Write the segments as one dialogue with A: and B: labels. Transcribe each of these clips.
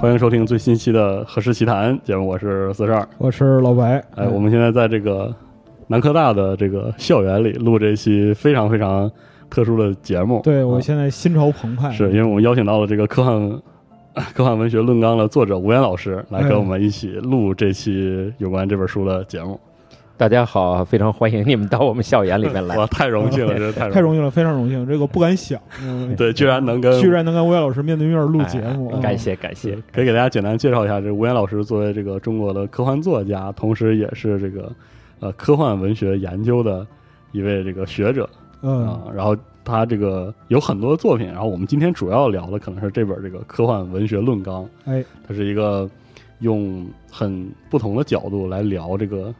A: 欢迎收听最新期的《何氏奇谈》节目，我是四十二。
B: 我是老白。
A: 哎，我们现在在这个南科大的这个校园里录这期非常非常特殊的节目。
B: 对
A: 啊
B: 我现在心潮澎湃，
A: 是因为我们邀请到了这个科幻 科幻文学论纲的作者吴岩老师来跟
B: 哎
A: 我们一起录这期有关这本书的节目。
C: 大家好，非常欢迎你们到我们校园里 面来。
A: 哇，太荣幸了，真是太
B: 太
A: 荣
B: 荣幸了，非常荣幸，这个不敢想，嗯，
A: 对，居然能跟
B: 居然能跟魏老师面对面录节目，
C: 哎
B: 嗯
C: 感。谢感谢
A: 是。可以给大家简单介绍一下，这吴岩老师作为这个中国的科幻作家，同时也是这个呃科幻文学研究的一位这个学者。啊
B: 嗯，，
A: 然后他这个有很多作品，然后我们今天主要聊的可能是这本这个科幻文学论纲，
B: 哎，
A: 它是一个用很不同的角度来聊这个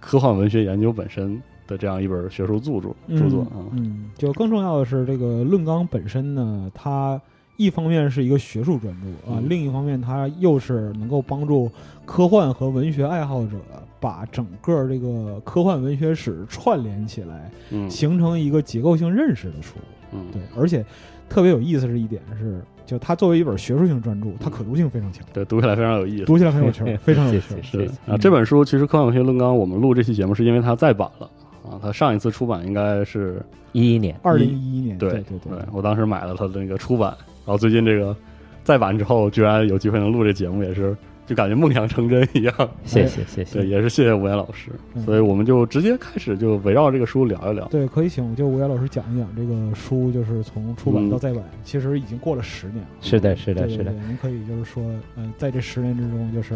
A: 科幻文学研究本身的这样一本学术著作著作啊
B: 嗯，嗯，就更重要的是，这个论纲本身呢，它一方面是一个学术专注啊，
A: 嗯
B: 另一方面它又是能够帮助科幻和文学爱好者把整个这个科幻文学史串联起来，
A: 嗯
B: 形成一个结构性认识的书。
A: 嗯，
B: 对，而且特别有意思是一点是，就它作为一本学术性专著，它可读性非常强，
A: 对，读起来非常有意思。
B: 读起来很有趣儿，非常有趣儿。
C: 谢谢
A: 是
C: 谢谢
A: 啊，这本书其实《科幻文学论纲》，我们录这期节目是因为它再版了啊，它上一次出版应该是
C: 一一年，
B: 二零一一年，对
A: 对
B: 对
C: 嗯
A: 我当时买了它的那个出版，然后最近这个再版之后，居然有机会能录这节目，也是就感觉梦想成真 一样。
C: 谢谢谢
A: 对，
C: 谢。
A: 也是谢谢吴岩老师，
B: 嗯
A: 所以我们就直接开始就围绕这个书聊一聊。
B: 对，可以请就吴岩老师讲一讲这个书，就是从出版到再版，其实已经过了十年了。
C: 是的，嗯是
B: 对
C: 的，
B: 对
C: 是的
B: 对，。您可以就是说，嗯，在这十年之中，就是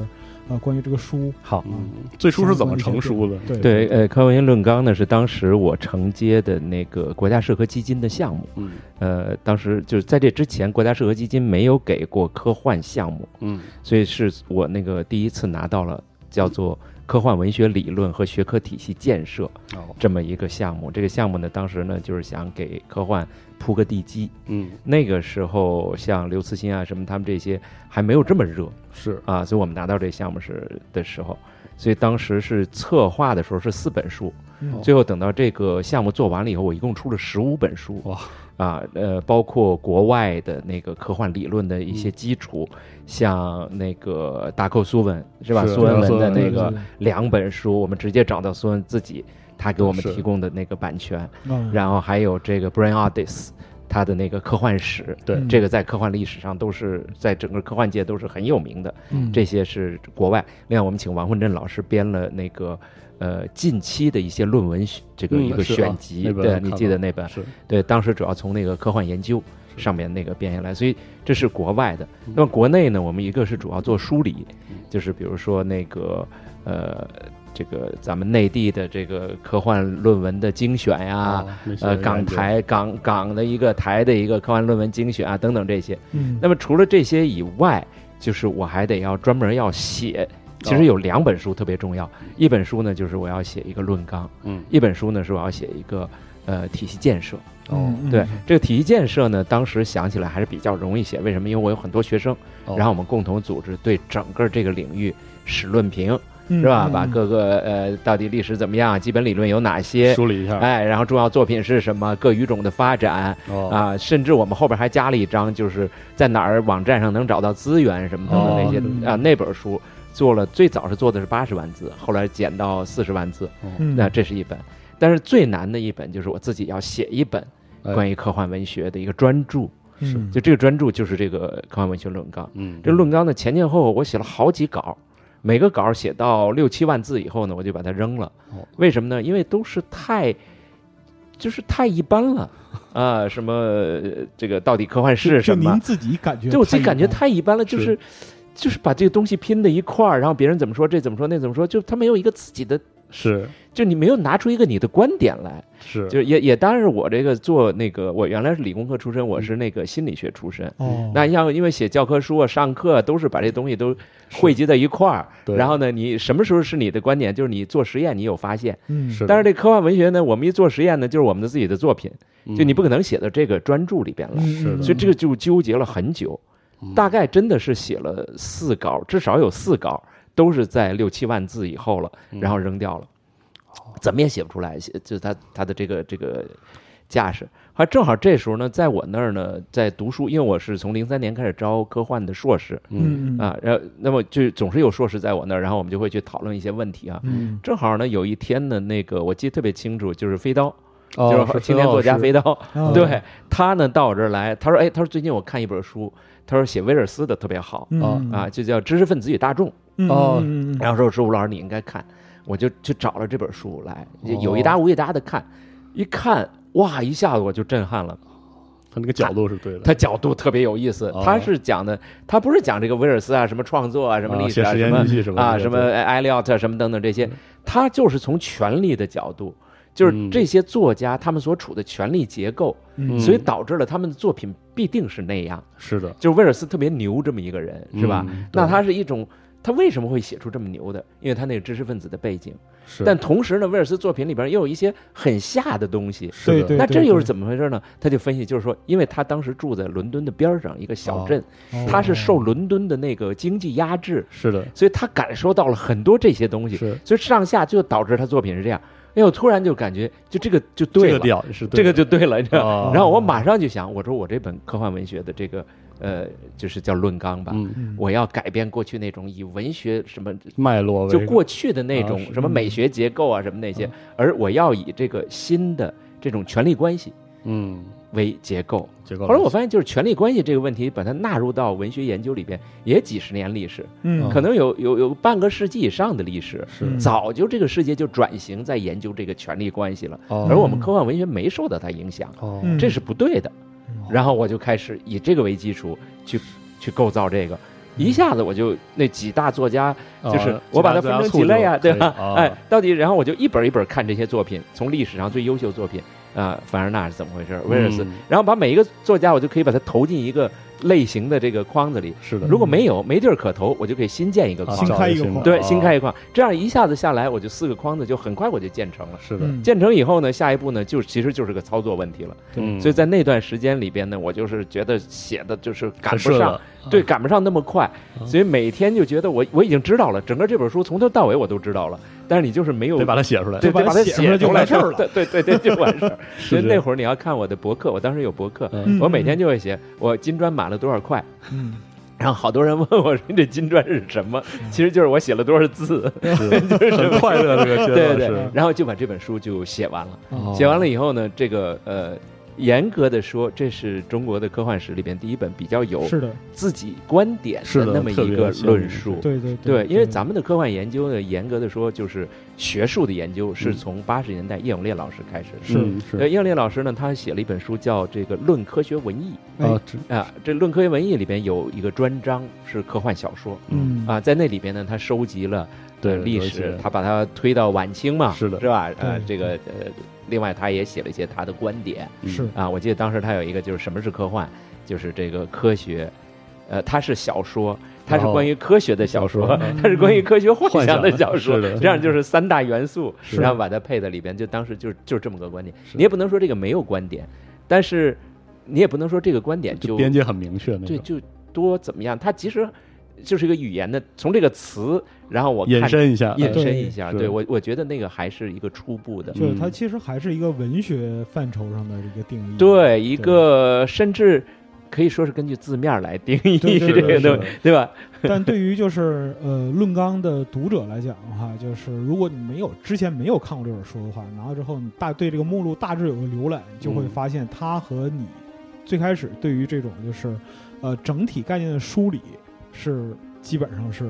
B: 呃，关于这个书，
C: 好，
A: 嗯，最初是怎么成书的？
B: 对
C: 对，呃，科文论纲呢是当时我承接的那个国家社科基金的项目，
A: 嗯
C: 呃，当时就是在这之前，国家社科基金没有给过科幻项目，
A: 嗯
C: 所以是我那个第一次拿到了叫做科幻文学理论和学科体系建设
A: 哦
C: 这么一个项目。这个项目呢，当时呢就是想给科幻铺个地基，
A: 嗯
C: 那个时候，像刘慈欣啊什么，他们这些还没有这么热
A: 是
C: 啊，所以我们拿到这项目是的时候，所以当时是策划的时候是四本书，
B: 嗯
C: 最后等到这个项目做完了以后，我一共出了十五本书
A: 哇
C: 啊，呃，包括国外的那个科幻理论的一些
A: 嗯
C: 基础，像那个达克苏文是吧？
A: 是
C: 苏文
A: 达克苏
C: 文的
A: 文
B: 对
C: 那个
B: 对
C: 两本书，我们直接找到苏文自己，他给我们
A: 是
C: 提供的那个版权。
B: 嗯
C: 然后还有这个 Brain Audis，他的那个科幻史，
A: 对
B: 嗯
C: 这个在科幻历史上都是在整个科幻界都是很有名的，
B: 嗯
C: 这些是国外。另外，我们请王混振老师编了那个。呃，近期的一些论文选这个
A: 嗯
C: 一个
A: 是啊
C: 选集，
A: 那本
C: 对，
A: 看
C: 你
A: 到
C: 记得
A: 了
C: 那本？
A: 是
C: 对，当时主要从那个科幻研究
A: 是
C: 上面那个编下来，所以这是国外的
A: 嗯。
C: 那么国内呢，我们一个是主要做梳理
A: 嗯，
C: 就是比如说那个呃这个咱们内地的这个科幻论文的精选呀、
A: 啊，那些
C: 呃，港
A: 研究
C: 台港港的一个台的一个科幻论文精选啊，等等这些。
B: 嗯，
C: 那么除了这些以外，就是我还得要专门要写。其
B: 哦
C: 实有两本书特别重要，一本书呢就是我要写一个论纲，
A: 嗯
C: 一本书呢是我要写一个呃体系建设。
A: 哦
B: 嗯，嗯
C: 对，这个体系建设呢，当时想起来还是比较容易写，为什么？因为我有很多学生，
A: 哦
C: 然后我们共同组织对整个这个领域史论评，
B: 嗯
C: 是吧？
B: 嗯
C: 把各个呃到底历史怎么样，基本理论有哪些，
A: 梳
B: 啊
A: 理一下
C: 哎，然后重要作品是什么，各语种的发展
A: 哦
C: 啊，甚至我们后边还加了一章，就是在哪儿网站上能找到资源什么等等那些
B: 哦嗯
C: 啊，那本书做了最早是做的是八十万字，后来减到四十万字，
B: 嗯
C: 那这是一本。但是最难的一本就是我自己要写一本
A: 哎
C: 关于科幻文学的一个专著，
B: 是
C: 就这个专著就是这个科幻文学论纲。
A: 嗯
C: 这个论纲呢，前前后后我写了好几稿，每个稿写到六七万字以后呢，我就把它扔了
A: 哦。
C: 为什么呢？因为都是太，就是太一般了啊！什么呃这个到底科幻是
B: 就
C: 什
B: 您
C: 么？
B: 自己感觉，
C: 就我自己感觉，太一般了，就是是就是把这个东西拼在一块儿，然后别人怎么说这怎么说那怎么说，就他没有一个自己的，
A: 是
C: 就你没有拿出一个你的观点来。
A: 是
C: 就也也当然是我这个做那个，我原来是理工科出身，我是那个心理学出身。
B: 哦，
C: 那像因为写教科书啊、上课啊都是把这东西都汇集在一块儿，
A: 对
C: 然后呢，你什么时候是你的观点？就是你做实验，你有发现。
B: 嗯
A: 是的，
C: 但是这科幻文学呢，我们一做实验呢，就是我们的自己的作品，
A: 嗯
C: 就你不可能写到这个专著里边来，
B: 嗯
A: 是的
C: 所以这个就纠结了很久，
A: 嗯
C: 大概真的是写了四稿，至少有四稿都是在六七万字以后了，
A: 嗯
C: 然后扔掉了，怎么也写不出来，写就是他他的这个这个架势。还正好这时候呢，在我那儿呢，在读书，因为我是从零三年开始招科幻的硕士
A: 嗯
B: 嗯嗯
C: 啊，然后那么就总是有硕士在我那儿，然后我们就会去讨论一些问题啊。
B: 嗯
C: 正好呢，有一天呢，那个我记得特别清楚，就是飞刀，
A: 哦
C: 就是是青年作家
A: 非
C: 飞刀，
B: 啊
A: 嗯
C: 对他呢到我这儿来，他说：“哎，他说最近我看一本书，他说写威尔斯的特别好
B: 嗯
C: 啊，就叫《知识分子与大众》。
B: 嗯
A: 哦
B: 嗯嗯
C: 然后说：‘说吴老师你应该看。’我就去找了这本书来，
A: 哦
C: 有一搭无一搭的看，一看哇，一下子我就震撼了。
A: 他那个角度是对的，
C: 他角度特别有意思
A: 哦，
C: 他是讲的，他不是讲这个威尔斯啊，什么创作啊，什么
A: 啊
C: 历史
A: 写
C: 啊，
A: 实
C: 什
A: 验
C: 么
A: 机器什么
C: 啊，
A: 之
C: 什
A: 类
C: 么
A: 的
C: 艾利奥特什么等等这
A: 嗯
C: 些，他就是从权力的角度，就是这些作家他们所处的权力结构，
B: 嗯
C: 所以导致了他们的作品必定是那样。
A: 是的，
C: 就是威尔斯特别牛这么一个人，是吧？
A: 嗯
C: 那
A: 对
C: 他是一种。他为什么会写出这么牛的？因为他那个知识分子的背景，
A: 是
C: 但同时呢，威尔斯作品里边也有一些很下的东西，
A: 是
B: 对
A: 的
B: 对，
C: 那这又是
B: 对
C: 怎么回事呢？他就分析，就是说，因为他当时住在伦敦的边儿上一个小镇，
B: 哦
C: 他是受伦敦的那个经济压制，
A: 是的，
C: 所以他感受到了很多这些东西，
A: 是
C: 所以上下就导致他作品是这样。哎呦，突然就感觉就这个就对
A: 这
C: 了，
A: 个点是
C: 这
A: 对
C: 个
A: 的
C: 就对了，你知道
A: 啊
C: 吗？然后我马上就想，我说我这本科幻文学的这个呃，就是叫论纲吧，
A: 嗯
B: 嗯
C: 我要改变过去那种以文学什么
A: 脉络为
C: 就过去的那
A: 啊
C: 种
A: 是嗯
C: 什么美学结构啊什么那些，而我要以这个新的这种权力关系
A: 嗯
C: 为结构。
A: 结构
C: 后来我
A: 发
C: 发现，就是权力关系这个问题，把它纳入到文学研究里边，也几十年历史，
B: 嗯
A: 哦
C: 可能有有有半个世纪以上的历史。
A: 是
B: 嗯
C: 早就这个世界就转型在研究这个权力关系了，
A: 哦
C: 而我们科幻文学没受到它影响，
A: 哦
B: 嗯
C: 这是不对的
B: 嗯。
C: 然后我就开始以这个为基础去去构造这个，一下子我就那几大作家
A: 哦
C: 就是我把它分成几类啊，对吧？ 哎，，到底然后我就一本一本看这些作品，从历史上最优秀作品啊、凡尔纳是怎么回事，威尔斯，
A: 嗯
C: 然后把每一个作家，我就可以把它投进一个类型的这个框子里。
A: 是的，
C: 如果没有没地儿可投，我就可以新建一个
A: 嗯啊
B: 嗯
C: 框
B: 新
C: 子，
A: 找
B: 开一
A: 个
B: 个
A: 新的
B: 框
C: 对，
A: 啊
C: 新开一框，这样一下子下来，我就四个框子就很快我就建成了。
A: 是
B: 嗯
A: 的，
C: 建成以后呢，下一步呢，就其实就是个操作问题了。
A: 嗯
C: 所以在那段时间里边呢，我就是觉得写的就是
A: 很
C: 赶不
A: 顺
C: 上
A: 了，
C: 对，赶不上那么快，所以每天就觉得我我已经知道了，整个这本书从头到尾我都知道了，但是你就是没有
A: 得把它写出来，
C: 对
B: 就把
C: 把
B: 它
C: 它
B: 写出来就
C: 出
B: 完事儿了
C: 对对对对，就完事儿。所以
A: 这
C: 那
A: 样
C: 会儿你要看我的博客，我当时有博客，
A: 嗯
B: 嗯
C: 我每天就会写我金砖买了多少块。
B: 嗯
C: 然后好多人问我说：“你这金砖是什么？”其实就是我写了多少字，
B: 嗯
A: 是很快乐的这个阶
C: 对
A: 段，
C: 对
A: 是。
C: 然后就把这本书就写完了。
B: 哦
C: 写完了以后呢，这个呃，严格的说，这是中国的科幻史里边第一本比较有
B: 是的，
C: 自己观点
A: 是的
C: 那么
A: 特
C: 一
A: 别
C: 个
A: 鲜
C: 论
A: 明
C: 述。
B: 对对嗯
C: 对，因为咱
B: 们
C: 们的科幻研究呢，严格的说就是学术的研究，是
A: 嗯
C: 从八十年代叶永烈老师开始的。
B: 是
A: 嗯
C: 呃，
A: 是
C: 叶永烈老师呢，他写了一本书叫《这个论科学文艺
B: 哎
A: 啊，这》
C: 啊，这《论科学文艺》里边有一个专章是科幻小说
B: 嗯
C: 啊，在那里边呢，他收集了
A: 对
C: 历
A: 有一
C: 史
A: 些，
C: 他把它推到晚清嘛，
A: 是的
C: 是吧？呃，
B: 对
C: 这个呃，另外他也写了一些他的观点
A: 嗯
B: 是
C: 啊，我记得当时他有一个就是什么是科幻，就是这个科学，呃，它是小说，它是
A: 然后
C: 关于科学的小说
A: 哦小，
B: 说
C: 它是关于科学幻想的小
A: 幻想
C: 说，
A: 是的
C: 这样就是三大元素，
A: 是
C: 然后把它配在里边，就当时就就这么个观点。
A: 是
C: 你也不能说这个没有观点，但是你也不能说这个观点
A: 就
C: 就
A: 边界很明确那
C: 对
A: 种，
C: 就多怎么样，它其实就是一个语言的，从这个词，然后我
A: 引
C: 看
A: 申一
B: 啊
A: 下，
C: 引
A: 呃
C: 申一下，
A: 是
C: 对我我觉得那个还是一个初步的。
B: 就是它
A: 嗯
B: 其实还是一个文学范畴上的一个定义，
C: 对，一个甚至可以说是根据字面来定义
B: 对
C: 这
B: 对
C: 个
A: 嗯是的
C: 东西，对吧？
B: 但对于就是呃论纲的读者来讲的话，就是如果你没有之前没有看过这本书的话，拿到之后你大对这个目录大致有个浏览，就会
A: 嗯
B: 发现它和你最开始对于这种就是呃整体概念的梳理是基本上是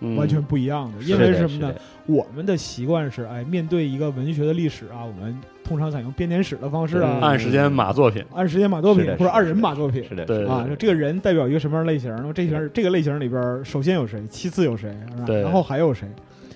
A: 嗯
B: 完全不一样的。
A: 是
B: 因
A: 的
B: 为
C: 是
B: 什
C: 的
B: 么呢？？我们的习惯是哎，面对一个文学的历史啊，我们通常采用编年史的方式啊，
C: 对
A: 按时间码作品，
B: 按时间码作品
C: 是的
B: 或者
C: 是的
B: 二人码作品
C: 是的，是的，
A: 对
C: 是的
B: 啊，这个人代表一个什么样的类型？那么这型这个类型里边儿，首先有谁，其次有谁，是吧
A: 对
B: 然后还有谁，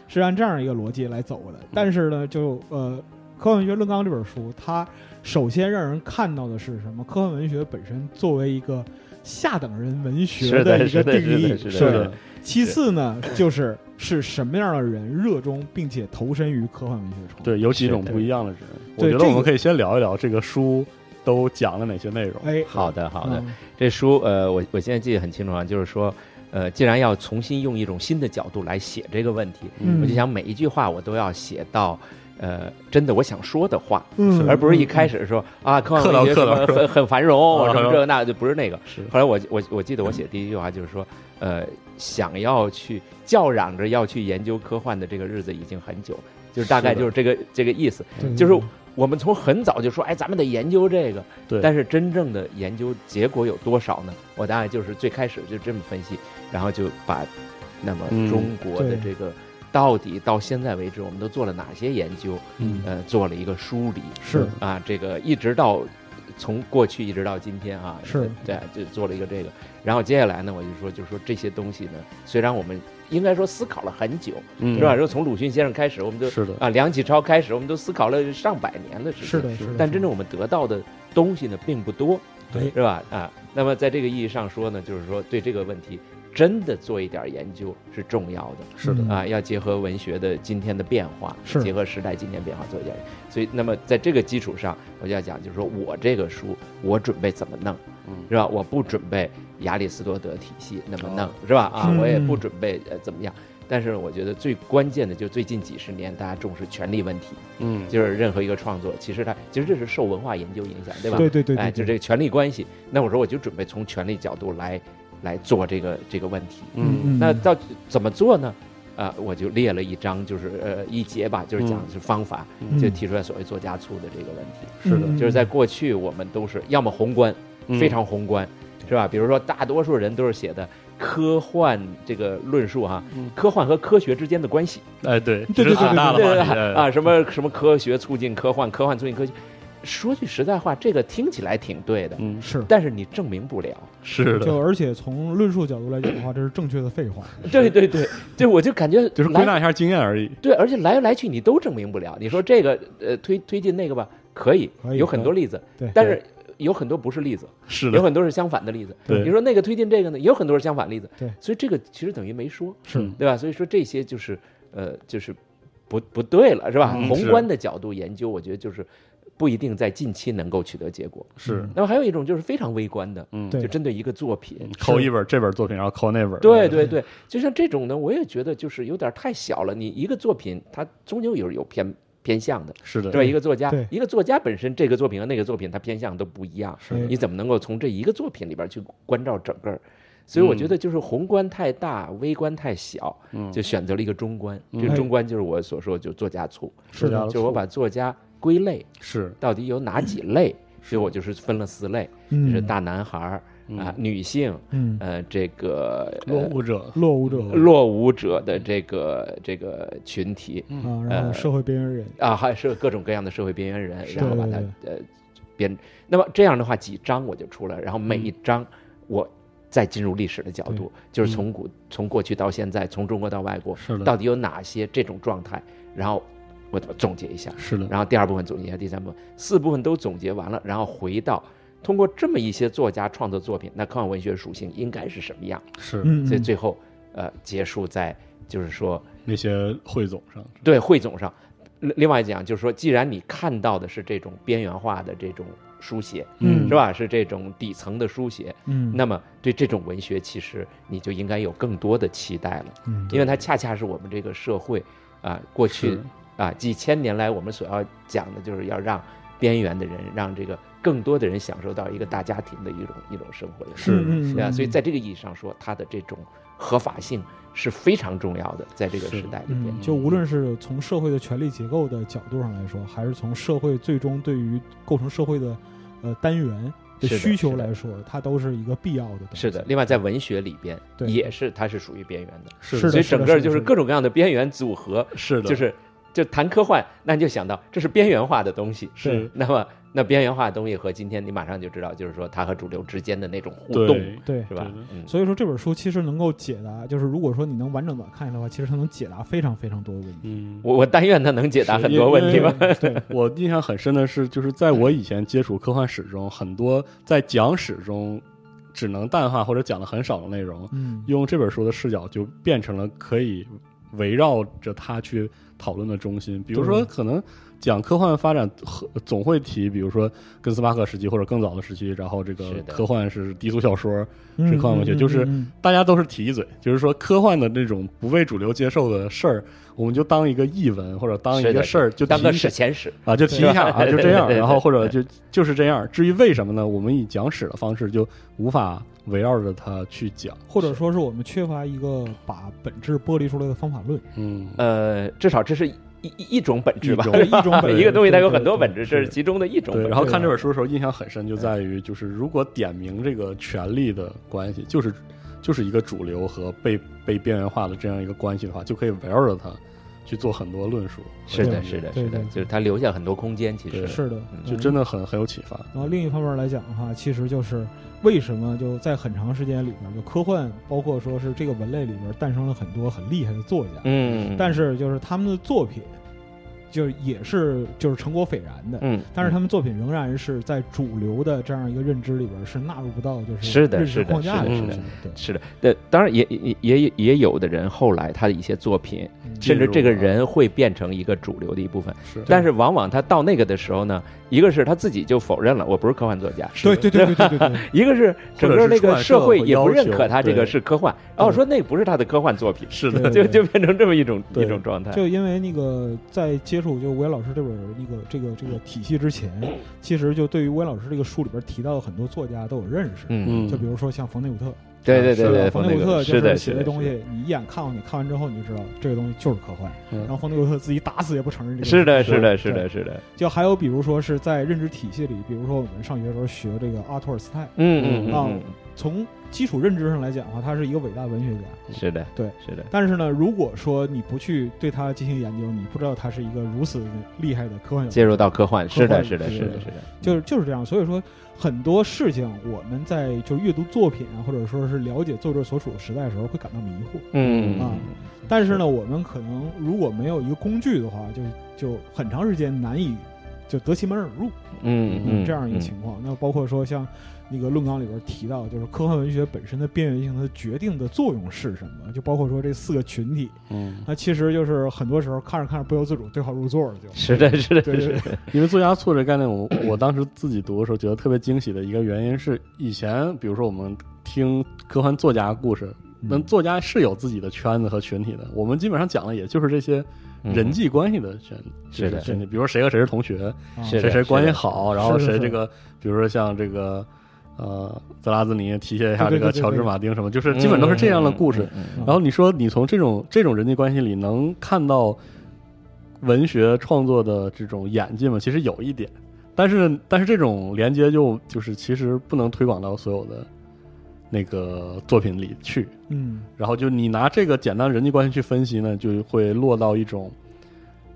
B: 是按这样一个逻辑来走的。但是呢，就呃，《科幻文学论纲》这本书，它首先让人看到的是什么？科幻文学本身作为一个下等人文学
C: 是的
B: 一个
C: 是的
B: 定
C: 是
B: 义
C: 的，是
A: 是
C: 对
A: 的，
B: 其次呢，就是是什么样的人热衷并且投身于科幻文学创作。
A: 对，有几种
C: 是的
A: 不一样的人，我
B: 对
A: 觉
B: 这
A: 得我们
B: 个
A: 可以先聊一聊这个书都讲了哪些内容，
B: 哎，
C: 好的，好的。
B: 嗯，
C: 这书，呃，我我现在记得很清楚啊，就是说，呃，既然要重新用一种新的角度来写这个问题，
B: 嗯
C: 我就想每一句话我都要写到，呃，真的我想说的话，
B: 嗯，
C: 而不是一开始说
A: 嗯
C: 啊，科幻
A: 克劳
C: 文学
A: 克
C: 什么
A: 劳
C: 很很繁荣
A: 啊
C: 什么
A: 繁
C: 这
A: 荣
C: 个那个，就不是那个。
A: 是
C: 后来我我我记得我写第一句话就是说，呃，想要去叫嚷着要去研究科幻的这个日子已经很久，就是大概
A: 是的嗯
C: 就是这个这个意思。
B: 对
C: 就是我们从很早就说，哎，咱们得研究这个，
A: 对
C: 但是真正的研究结果有多少呢？我大概就是最开始就这么分析，然后就把那么
A: 嗯
C: 中国的
B: 对
C: 这个到底到现在为止我们都做了哪些研究，
A: 嗯
C: 呃，做了一个梳理
B: 是
C: 啊，这个一直到从过去一直到今天啊，
B: 是
C: 对，就做了一个这个。然后接下来呢，我就说，就是说这些东西呢，虽然我们应该说思考了很久，
A: 嗯
C: 是吧？说从鲁迅先生开始，我们都
A: 是的，
C: 啊，梁启超开始，我们都思考了上百年的事情。
B: 是的，是的，
C: 但真正我们得到的东西呢，并不多，
B: 对
C: 是吧？啊，那么在这个意义上说呢，就是说对这个问题真的做一点研究是重要的
A: 是的
B: 嗯
C: 啊，要结合文学的今天的变化，
B: 是
C: 结合时代今天变化做一点。所以，那么在这个基础上，我就要讲，就是说我这个书我准备怎么弄，
A: 嗯
C: 是吧？我不准备亚里士多德体系那么弄
A: 哦，
C: 是吧？啊，
B: 嗯
C: 我也不准备呃怎么样。但是我觉得最关键的，就最近几十年大家重视权力问题，
A: 嗯，
C: 就是任何一个创作，其实它其实这是受文化研究影响，对吧？
B: 对对对，
C: 哎，就这个权力关系。那我说我就准备从权力角度来来做这个这个问题。
A: 嗯
B: 嗯
C: 那到底怎么做呢？啊、我就列了一章，就是呃一节吧，就是讲
A: 嗯
C: 是方法，
A: 嗯
C: 就提出来所谓作家醋的这个问题，
A: 是的
B: 嗯
C: 就是在过去我们都是要么宏观，
A: 嗯
C: 非常宏观，是吧？比如说大多数人都是写的科幻这个论述哈、
A: 嗯
C: 科幻和科学之间的关系。
A: 哎对，
B: 对对
A: 这是很大的
C: 对
A: 话题哎
C: 对啊，，什么什么科学促进科幻，科幻促进科学。说句实在话，这个听起来挺对的，
A: 嗯
B: 是
C: 但是你证 明不了。
A: 是
B: 就
A: 的，
B: 而且从论述角度来讲的话，这是正确的废话。
C: 对对对，对我就感觉
A: 就是归
C: 来
A: 纳一下经验而已，
C: 对，而且来来去你都证明不了。你说这个呃推推进那个吧，可以
B: 可以
C: 有很多例子，
B: 对
C: 但是有很多不是例子，
A: 是
C: 有
A: 的，
C: 很多是相反的例子。
A: 对
C: 你说那个推进这个呢，也有很多是相反例子。
B: 对
C: 所以这个其实等于没说。
B: 是
A: 嗯
C: 对吧？所以说这些就是呃，就是不不对了，是吧？
A: 嗯
C: 宏
A: 是
C: 观的角度研究，我觉得就是不一定在近期能够取得结果。
A: 是，
C: 那么还有一种就是非常微观的，
A: 嗯，
B: 对
C: 就针对一个作品
A: 嗯。扣一本这本作品，然后扣那本，哎嗯
C: 对对对，就像这种呢，我也觉得就是有点太小了。你一个作品，它终究有有偏偏向的，
A: 是的，
C: 对吧？一个作家
B: 对，
C: 一个作家本身这个作品和那个作品，它偏向都不一样。
A: 是
B: 哎
C: 你怎么能够从这一个作品里边去关照整个儿？所以我
A: 嗯
C: 觉得就是宏观太大，微观太小，
A: 嗯
C: 就选择了一个中观。
A: 嗯
C: 这个中观就是我所说就作家醋，
B: 是
A: 作家
B: 的
A: 的
C: 就是我把作家归类
A: 是
C: 到底有哪几类，所以我就是分了四类，就
B: 嗯
C: 是大男孩儿
A: 嗯
C: 啊、女性，
B: 嗯
C: 呃，这个
A: 落
C: 呃
A: 伍者，
B: 落伍者
C: 落伍者的这个这个群体
A: 嗯
B: 啊，然后
C: 呃
B: 社会边缘人，
C: 啊，还是各种各样的社会边缘人，
A: 是
C: 然后把它呃编。那么这样的话，几章我就出来，然后
A: 嗯
C: 每一章我再进入历史的角度，就是从古从过去到现在，从中国到外国，
A: 嗯是的，
C: 到底有哪些这种状态，然后我总结一下。
A: 是的，
C: 然后第二部分总结一下，第三部分四部分都总结完了，然后回到通过这么一些作家创作作品，那科幻文学属性应该是什么样？
A: 是的
B: 嗯，
C: 所以
B: 嗯
C: 最后呃结束在就是说
A: 那些汇总上，
C: 对汇总上。另另外讲就是说，既然你看到的是这种边缘化的这种书写，
B: 嗯
C: 是吧？是这种底层的书写，
B: 嗯，
C: 那么对这种文学其实你就应该有更多的期待了，
B: 嗯
C: 因为它恰恰是我们这个社会啊、过去
A: 是
C: 啊几千年来我们所要讲的就是要让边缘的人，让这个更多的人享受到一个大家庭的一种一种生活。
A: 是
B: 嗯
C: 对啊，
B: 嗯
C: 所以在这个意义上说，它的这种合法性是非常重要的，在这个
A: 是
C: 时代里边
B: 嗯，。就无论是从社会的权力结构的角度上来说，还是从社会最终对于构成社会的呃单元的
C: 是的
B: 需求
C: 是的
B: 来说，它都是一个必要的东西。
C: 是的，另外在文学里边
B: 对
C: 也是，它是属于边缘的，
A: 是
B: 是
A: 的，
C: 所以
B: 的
C: 整个就是是
B: 的
C: 各种各样的边缘组合，
A: 是的，
C: 就是就谈科幻，那你就想到这是边缘化的东西。
A: 是
C: 那么那边缘化的东西和今天你马上就知道，就是说它和主流之间的那种互动，
A: 对，
B: 对
C: 是
A: 对
C: 吧
A: 的？
C: 嗯，
B: 所以说这本书其实能够解答，就是如果说你能完整的看下来的话，其实它能解答非常非常多的问题。
A: 嗯，
C: 我我但愿它能解答很多问题吧。
B: 对对，
A: 我印象很深的是，就是在我以前接触科幻史中，很多在讲史中只能淡化或者讲的很少的内容，
B: 嗯，
A: 用这本书的视角就变成了可以围绕着它去讨论的中心。比如说，
B: 对
A: 可能讲科幻发展和总会提，比如说跟斯巴克时期或者更早的时期，然后这个
C: 是的
A: 科幻是低俗小说，
B: 嗯
A: 是科幻文学
B: 嗯
A: 就是
B: 嗯
A: 大家都是提一嘴，就是说科幻的那种不被主流接受的事儿，我们就当一个译文或者当一
C: 是的
A: 个事儿，就
C: 当
A: 提
C: 个
A: 一下
C: 史前史，
A: 啊，就提一 下啊，
C: 对
A: 就这样，
C: 对对对
A: 然后或者就就是这样。至于为什么呢？我们以讲史的方式就无法围绕着它去讲，
B: 或者说是我们缺乏一个把本质剥离出来的方法论，
A: 嗯，
C: 呃，至少这是一一一种本质吧
A: 一。种
B: 对一种本
A: 对
B: 质
C: 一个东西它有很多
B: 对
C: 本质，
A: 对
C: 这是其中的一种
A: 对。
C: 本质。
A: 然后看这本书的时候，印象很深，就在于就是如果点明这个权力的关系，就是就是一个主流和被被边缘化的这样一个关系的话，就可以围绕着它去做很多论述。
C: 是的，
B: 对
C: 是的，
B: 对
C: 是的，
B: 对
C: 就是它留下很多空间，其
A: 对
B: 对
C: 实
B: 是的，
C: 嗯
A: 就真的很很有启发。
B: 然后另一方面来讲的话，其实就是为什么就在很长时间里边，就科幻包括说是这个文类里边诞生了很多很厉害的作家，
C: 嗯，
B: 但是就是他们的作品，就也是就是成果斐然的，
C: 嗯，
B: 但是他们作品仍然是在主流的这样一个认知里边是纳入不到就是
C: 是的
B: 认
C: 是
B: 识
C: 的
B: 框架
A: 是的
B: 东
A: 是
B: 西
A: 的
B: 对，
C: 是的，对，当然也也也也有的人后来他的一些作品，
B: 嗯
C: 甚至这个人会变成一个主流的一部分。
A: 是，
C: 但是往往他到那个的时候呢，一个是他自己就否认了我不是科幻作家，
B: 对对对对对对对，
C: 一个是整个那个社会也不认可他这
A: 或者
C: 个
A: 是
C: 是科幻，然后说那不是他的科幻作品，
A: 是
B: 对
A: 的，
C: 就就变成这么一种
A: 对
C: 一种状态。
B: 就因为那个在接触就吴岩老师这本那个这个这个体系之
C: 嗯
B: 前，其实就对于吴岩老师这个书里边提到的很多作家都有认识，
C: 嗯，
A: 嗯
B: 就比如说像冯内古特，
C: 对对对
A: 是
C: 对，
A: 的
B: 冯
C: 内
B: 内古特
C: 是
B: 啊就是
C: 的，
B: 写
C: 是
B: 的
C: 的
B: 东，西，你一眼看过你，看完之后你就知道这个东西就是科幻。
A: 嗯
B: 然后冯内古特自己打死也不承认这个。
C: 是的，
B: 是
C: 是的，是的，。是嗯的，
B: 就还有比如说是在认知体系里，比如说我们上学的时候学这个阿托尔斯泰，
C: 嗯嗯
B: 啊
C: 嗯
B: 从基础认知上来讲的话，他是一个伟大文学家。
C: 嗯，是的，
B: 对，
C: 是的，
B: 但是呢，如果说你不去对他进行研究，你不知道他是一个如此厉害的科幻
C: 介入到科幻，是的，
B: 科幻
C: 是的，
B: 对
C: 是
B: 对
C: 的，
B: 对
C: 是的，嗯
B: 就是就是这样，所以说很多事情我们在就是阅读作品啊，或者说是了解作者所处的时代的时候，会感到迷惑。
C: 嗯
B: 啊但是呢，我们可能如果没有一个工具的话，就就很长时间难以就得其门而入，
C: 嗯嗯，
B: 这样一个
C: 嗯
B: 情况。那包括说像那个论纲里边提到，就是科幻文学本身的边缘性，它决定的作用是什么？就包括说这四个群体，
A: 嗯，
B: 那其实就是很多时候看着看着不由自主对号入座了就，
C: 嗯是的，是的，
B: 对
C: 是
B: 对
C: 的，
A: 因为作家错这概念，我我当时自己读的时候觉得特别惊喜的一个原因是，以前比如说我们听科幻作家故事，那
B: 嗯
A: 作家是有自己的圈子和群体的，我们基本上讲的也就是这些
B: 嗯
A: 人际关系的圈，
C: 嗯是的
A: 群体，比如说谁和谁是同学，
B: 啊
C: 是
A: 谁
C: 的
A: 谁关系
C: 的
A: 好，然后
B: 是的
A: 谁
B: 是的
A: 这个，比如说像这个呃泽拉兹尼提携一下这
B: 对对
A: 个
B: 对对
A: 乔治
B: 对嗯
A: 马丁什么，就是基本都是这样的故事。
C: 嗯。嗯嗯嗯嗯
A: 然后你说你从这种这种人际关系里能看到文学创作的这种演进吗？其实有一点，但是但是这种连接就就是其实不能推广到所有的那个作品里去，
B: 嗯
A: 然后就你拿这个简单人际关系去分析呢，就会落到一种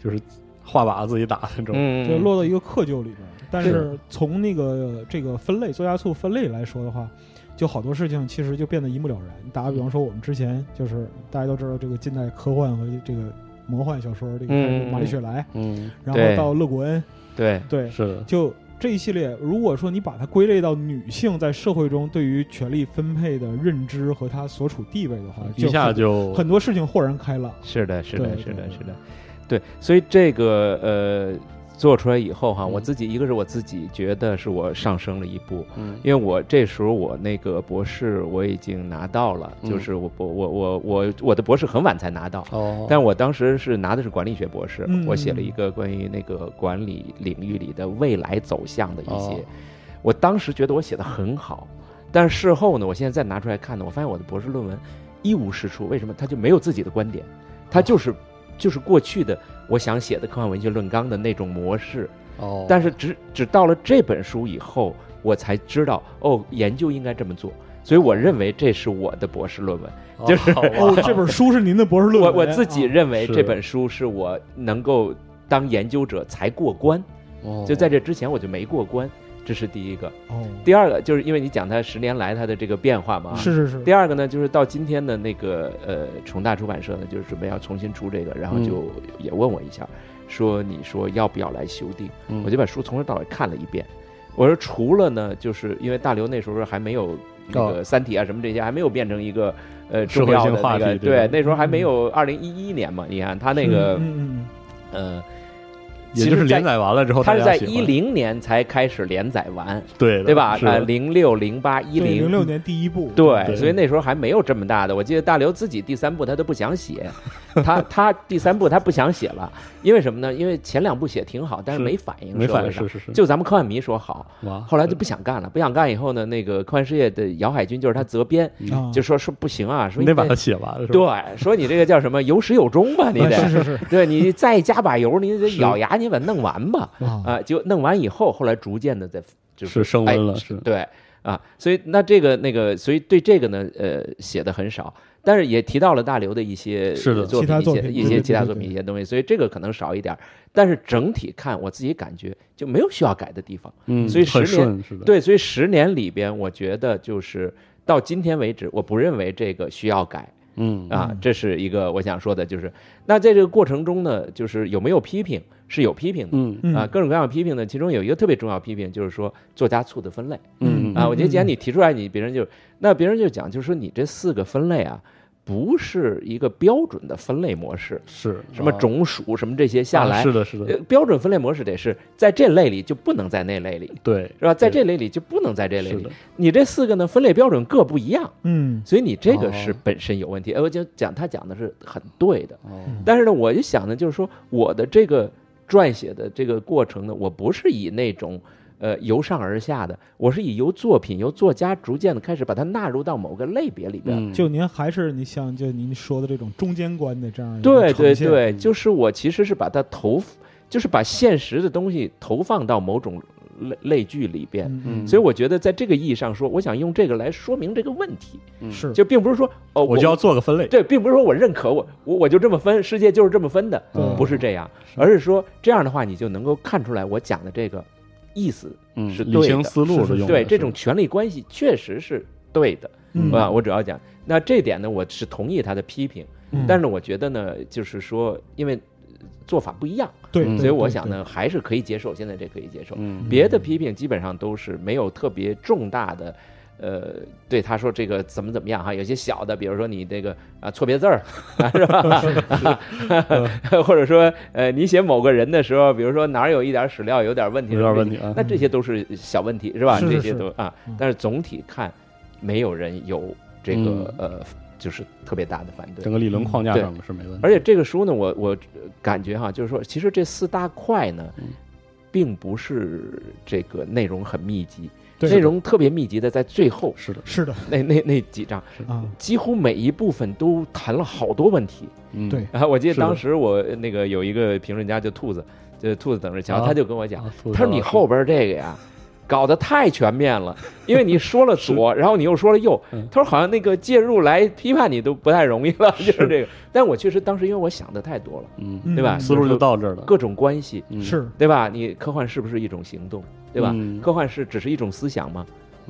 A: 就是话把自己打的那种，
C: 嗯，
B: 就落到一个窠臼里边儿。但是
A: 是
B: 从那个这个分类作家素分类来说的话，就好多事情其实就变得一目了然。打个比方说，我们之前就是大家都知道这个近代科幻和这个魔幻小说，这个
C: 嗯
B: 玛丽雪莱，
A: 嗯，
B: 然后
C: 对
B: 到勒古恩，
C: 对，
B: 对，
A: 是的，
B: 就这一系列，如果说你把它归类到女性在社会中对于权力分配的认知和她所处地位的话，
A: 一下
B: 很
A: 就
B: 很多事情豁然开朗。
C: 是的，是
B: 对
C: 的，是
B: 对
C: 的，
B: 对
C: 是的，对，所以这个呃做出来以后哈，我
A: 嗯
C: 自己一个是我自己觉得是我上升了一步，
A: 嗯
C: 因为我这时候我那个博士我已经拿到了，就
A: 嗯
C: 是我我我我我我的博士很晚才拿到，
A: 哦，
C: 但我当时是拿的是管理学博士，
B: 嗯
C: 我写了一个关于那个管理领域里的未来走向的一些，
A: 哦
C: 我当时觉得我写的很好，但是事后呢，我现在再拿出来看呢，我发现我的博士论文一无是处，为什么？他就没有自己的观点，他就是、就是过去的我想写的科幻文学论纲的那种模式，
A: 哦，
C: 但是只只到了这本书以后，我才知道哦，研究应该这么做，所以我认为这是我的博士论文。
A: 哦
C: 就是
A: 好吧
B: 哦，这本书是您的博士论
C: 我
B: 文，啊
C: 我自己认为
A: 是
C: 这本书是我能够当研究者才过关，
A: 哦
C: 就在这之前我就没过关，这是第一个。
B: 哦，
C: 第二个就是因为你讲它十年来它的这个变化嘛，
B: 是是是，
C: 第二个呢，就是到今天的那个呃重大出版社呢，就是准备要重新出这个，
A: 嗯
C: 然后就也问我一下，说你说要不要来修订？
A: 嗯
C: 我就把书从头到尾看了一遍。我说除了呢，就是因为大刘那时候还没有那个《三体》啊什么这些，还没有变成一个呃
A: 哦社
C: 重
A: 会
C: 要
A: 性
C: 的
A: 话题
C: 那个，
A: 对吧嗯
C: 对，那时候还没有二零一一年嘛，你看他那个
B: 嗯嗯
C: 呃，
A: 也
C: 其
A: 就是
C: 实在
A: 连载完了之后，
C: 他是
A: 大
C: 在
A: 家喜欢
C: 一零年才开始连载完，
A: 对的
C: 对吧？
A: 是的
C: 呃，零六、零八、一
B: 零
C: 零
B: 六。年第一部，
C: 对，
A: 对
C: 所以那时候还没有这么大的。我记得大刘自己第三部他都不想写，他他第三部他不想写了，因为什么呢？因为前两部写挺好，但是
A: 是
C: 没反应
A: 没
C: 社
A: 反
C: 会
A: 应
C: 上
A: 是。是是，
C: 就咱们科幻迷说好，
A: 哇
C: 后来就不想干了，不想干以后呢，那个科幻事业的姚海军就是他责编，
B: 啊，
C: 就说说不行啊，说
A: 嗯你
C: 你
A: 得把
C: 这
A: 它写完，是吧？
C: 对，说你这个叫什么有始有终吧，你
B: 啊是
C: 得。
B: 是是
C: 对你再加把油，你得
A: 是嗯
C: 咬牙，你把它弄完吧。
B: 啊，
C: 啊，就弄完以后，后来逐渐的在就是
A: 升温了
C: 哎
A: 是
C: 对啊，所以那这个那个，所以对这个呢，呃，写的很少，但是也提到了大刘的一些
A: 是的
C: 作
B: 其他
C: 品，一
B: 作
C: 些
B: 品
C: 一
B: 对
C: 些
B: 对
C: 其他
B: 对
C: 作
B: 对
C: 品一些东西，所以这个可能少一点儿，但是整体看我自己感觉就没有需要改的地方。
A: 嗯，
C: 所以
A: 很
C: 十年
A: 顺，是的，
C: 对，所以十年里边，我觉得就是到今天为止，我不认为这个需要改。
A: 嗯
C: 啊
B: 嗯，
C: 这是一个我想说的，就是那在这个过程中呢，就是有没有批评是有批评的。
A: 嗯
B: 嗯
C: 啊，各种各样的批评呢，其中有一个特别重要的批评，就是说作家醋的分类
A: 嗯
C: 啊。我觉得既然
B: 嗯
C: 你提出来，你别人就那别人就讲，就是说你这四个分类啊，不是一个标准的分类模式，
A: 是
C: 什么
A: 啊
C: 种属什么这些下
A: 啊
C: 来，
A: 是的，是
C: 呃
A: 的，
C: 标准分类模式得是在这类里就不能在那类里，
A: 对，
C: 是吧？在
A: 对
C: 这类里就不能在这类
A: 是
C: 里
A: 的，，
C: 你这四个呢分类标准各不一样，
B: 嗯
C: 所以你这个是
A: 哦
C: 本身有问题。哎，我就讲他讲的是很对的，
A: 哦，
C: 但是呢，我就想呢，就是说我的这个撰写的这个过程呢，我不是以那种呃由上而下的，我是以由作品由作家逐渐的开始把它纳入到某个类别里边。
A: 嗯，
B: 就您还是你像就您说的这种中间观的这样一个
C: 对对
B: 呈现
C: 对，
A: 嗯
C: 就是我其实是把它投，就是把现实的东西投放到某种类类剧里边。
B: 嗯
C: 所以我觉得，在这个意义上说，我想用这个来说明这个问题，
B: 嗯是
C: 就并不是说哦，
A: 我就要做个分类，
C: 对，并不是说我认可我我我就这么分，世界就是这么分的，
A: 嗯
B: 对
C: 不是这样，而是说这样的话，你就能够看出来我讲的这个意思，
A: 嗯
C: 是
A: 理
C: 对
A: 清
C: 的
A: 思路
B: 是是
A: 用的，
C: 对这
A: 是
C: 种权力关系确实是对的
B: 嗯
C: 啊。我主要讲，那这点呢，我是同意他的批评，
B: 嗯
C: 但是我觉得呢，就是说，因为呃做法不一样，
B: 对，
A: 嗯
B: 对
C: 所以我想，呢，还是可以接受，现在这可以接受。
A: 嗯
C: 别的批评基本上都是没有特别重大的，呃，对他说这个怎么怎么样哈，有些小的，比如说你这个啊错别字儿，啊是吧？ 或者说呃你写某个人的时候，比如说哪儿有一点史料有点问题，
A: 有点问题啊，
C: 那这些都是小问题是吧？
B: 是是
C: 这些都啊
B: 嗯，
C: 但是总体看，没有人有这个
A: 嗯
C: 呃就是特别大的反对
A: 整。个理论框架
C: 对
A: 上面是没问题，
C: 而且这个书呢，我我呃感觉哈，就是说，其实这四大块呢
A: 嗯，
C: 并不是这个内容很密集，
B: 对
C: 内容特别密集的在最后
A: 是的，
B: 是的
C: 那那那几章，
B: 啊，
C: 几乎每一部分都谈了好多问题。
A: 嗯，
B: 对
C: 啊， 我记得
A: 是的
C: 当时我那个有一个评论家叫兔子，就兔子等着瞧，
A: 啊
C: 他就跟我讲，
A: 啊，兔子
C: 他说
A: 老
C: 你
A: 师
C: 后边这个呀，搞得太全面了，因为你说了左，然后你又说了右
A: 嗯，
C: 他说好像那个介入来批判你都不太容易了， 就是是这个。但我确实当时因为我想的太多了，
A: 嗯，
B: 嗯
C: 对吧？
A: 思路就到这儿了，
C: 各种关系，
A: 嗯
B: 是
C: 对吧？你科幻是不是一种行动，对吧？
A: 嗯
C: 科幻是只是一种思想吗？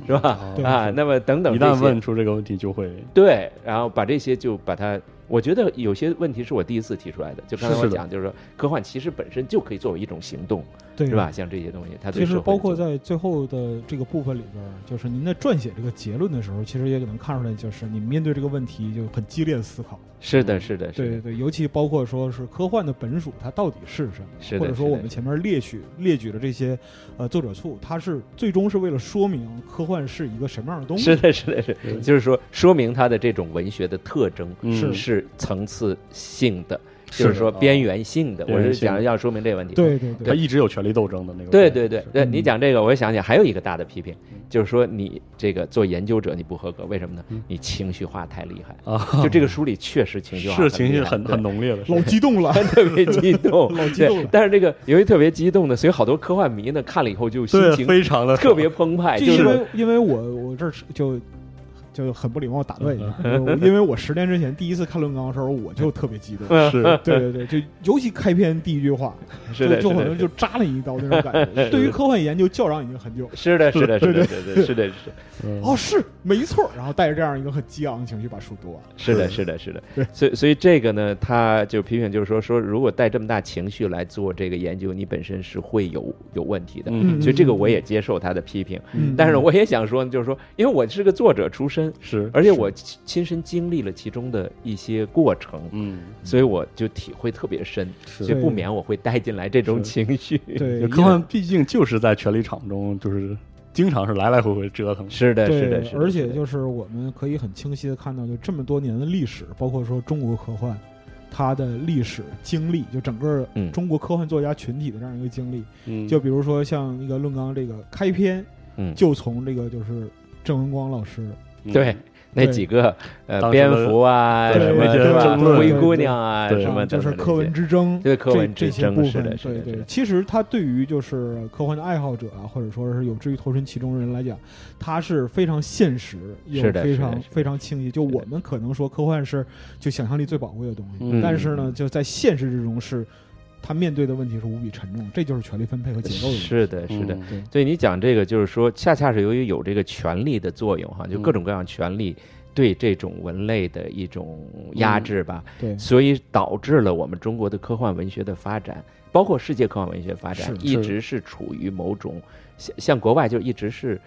C: 是吧？
A: 哦
B: 对
C: 啊，
B: 是
C: 那么等等
A: 一
C: 这
A: 旦
C: 些
A: 问，出这个问题就会
C: 对，然后把这些就把它，我觉得有些问题是我第一次提出来的，就刚才
A: 是
C: 我
A: 的
C: 讲，就是说科幻其实本身就可以作为一种行动，
B: 对
C: 是吧？像这些东西，它
B: 其
C: 对社
B: 实
C: 会
B: 包括
C: 的作
B: 在最后的这个部分里边儿，就是您在撰写这个结论的时候，其实也能看出来，就是你面对这个问题就很激烈的思考。
C: 用是
A: 嗯
C: 的，是的，
B: 对
C: 是
B: 对
C: 的，
B: 对，尤其包括说是科幻的本属，它到底是什么？
C: 是的
B: 或者说
C: 是的
B: 我们前面列举列举的这些呃作者处，它是最终是为了说明科幻是一个什么样的东西？
C: 是的，是的，是的，
A: 嗯对
C: 就是说说明它的这种文学的特征
A: 嗯
B: 是
C: 是层次性的，
A: 是
C: 就
A: 的
C: 是说
A: 哦
C: 边缘性的。
A: 边
C: 我
A: 缘
C: 是
A: 性
C: 想要说明这个问题。
B: 对对
A: 他
B: 对，
A: 一直有权力斗争的那个
C: 对
A: 问题
C: 对对
A: 是
C: 对，
B: 嗯
C: 你讲这个，我想起还有一个大的批评
A: 嗯，
C: 就是说你这个做研究者你不合格，为什么呢
A: 嗯？
C: 你情绪化太厉害。
A: 啊，
C: 就这个书里确实情绪化
A: 是情绪
C: 厉害
A: 很
C: 对
A: 很浓烈的，
B: 老激动了，
C: 特别激动，
B: 老 激动
C: 对
B: 了
C: 但是这个由于特别激动的，所以好多科幻迷呢看了以后就心
A: 对，
C: 情
A: 非常的
C: 特别澎湃，
B: 就
C: 哎就
B: 因
C: 是
B: 为因为我我这儿是就就很不礼貌，我打断 一下，我因为我十年之前第一次看论纲的时候，我就特别激动。
A: 是
B: 对对对，就尤其开篇第一句话，
C: 是
B: 就是
C: 的，
B: 就好
C: 的
B: 像就扎了你一刀那种 感觉。对于科幻研究较量已经很久了。
C: 是的，是的，是的，是的，是的，是的，
A: 嗯
B: 哦，是没错。然后带着这样一个很激昂的情绪把书读 完。
C: 是的，是的，是的。所以，所以这个呢，他就批评就是说，说如果带这么大情绪来做这个研究，你本身是会有有问题的。
A: 嗯
B: 嗯
C: 所以这个我也接受他的批评，
B: 嗯，
C: 但是我也想说，就是说，因为我是个作者出身，
A: 是，
C: 而且我亲亲身经历了其中的一些过程，
A: 嗯
C: 所以我就体会特别深。
A: 是
C: 所以
B: 对
C: 不免我会带进来这种情绪。
B: 对
A: 就科幻毕竟就是在权力场中，就是经常是来来回回折腾。
C: 是的，是的，
B: 对
C: 是，的。
B: 而
C: 是
B: 且
C: 的
B: 就是我们可以很清晰的看到，就这么多年的历史，包括说中国科幻。它的历史经历，就整个
C: 嗯
B: 中国科幻作家群体的这样一个经历，
A: 嗯，
B: 就比如说像那个论纲这个开篇，
C: 嗯
B: 就从这个就是郑文光老师，
A: 嗯
C: 对那几个呃，
A: 当时
C: 蝙
A: 的
C: 蝠啊，
A: 对
C: 什
A: 那
C: 么
A: 些
C: 是吧
A: 争论
C: 灰姑娘啊，
A: 对
C: 什么
B: 啊
C: 等
B: 就
C: 等
B: 是
C: 这
B: 科文
C: 些
B: 之争，
C: 对科文
B: 这
C: 之
B: 这些
C: 争
B: 部
C: 是
B: 分，
C: 的是的
B: 对
C: 是的
B: 对。其实它对于就是科幻的爱好者啊，或者说是有志于投身其中的人来讲，它是非常现实，又
C: 是的
B: 非
C: 是的
B: 常
C: 是的
B: 非常清晰。就我们可能说科幻是就想象力最宝贵的东西，
A: 嗯
B: 但是呢，就在现实之中是。他面对的问题是无比沉重，这就是权力分配和结构的问题。
C: 是的，是的。
A: 嗯
B: 对，
C: 对你讲这个，就是说，恰恰是由于有这个权力的作用哈，就
A: 嗯
C: 各种各样权力对这种文类的一种压制吧，
B: 对，
C: 所以导致了我们中国的科幻文学的发展，包括世界科幻文学发展
B: 是，
C: 一直是处于某种像像国外就一直是，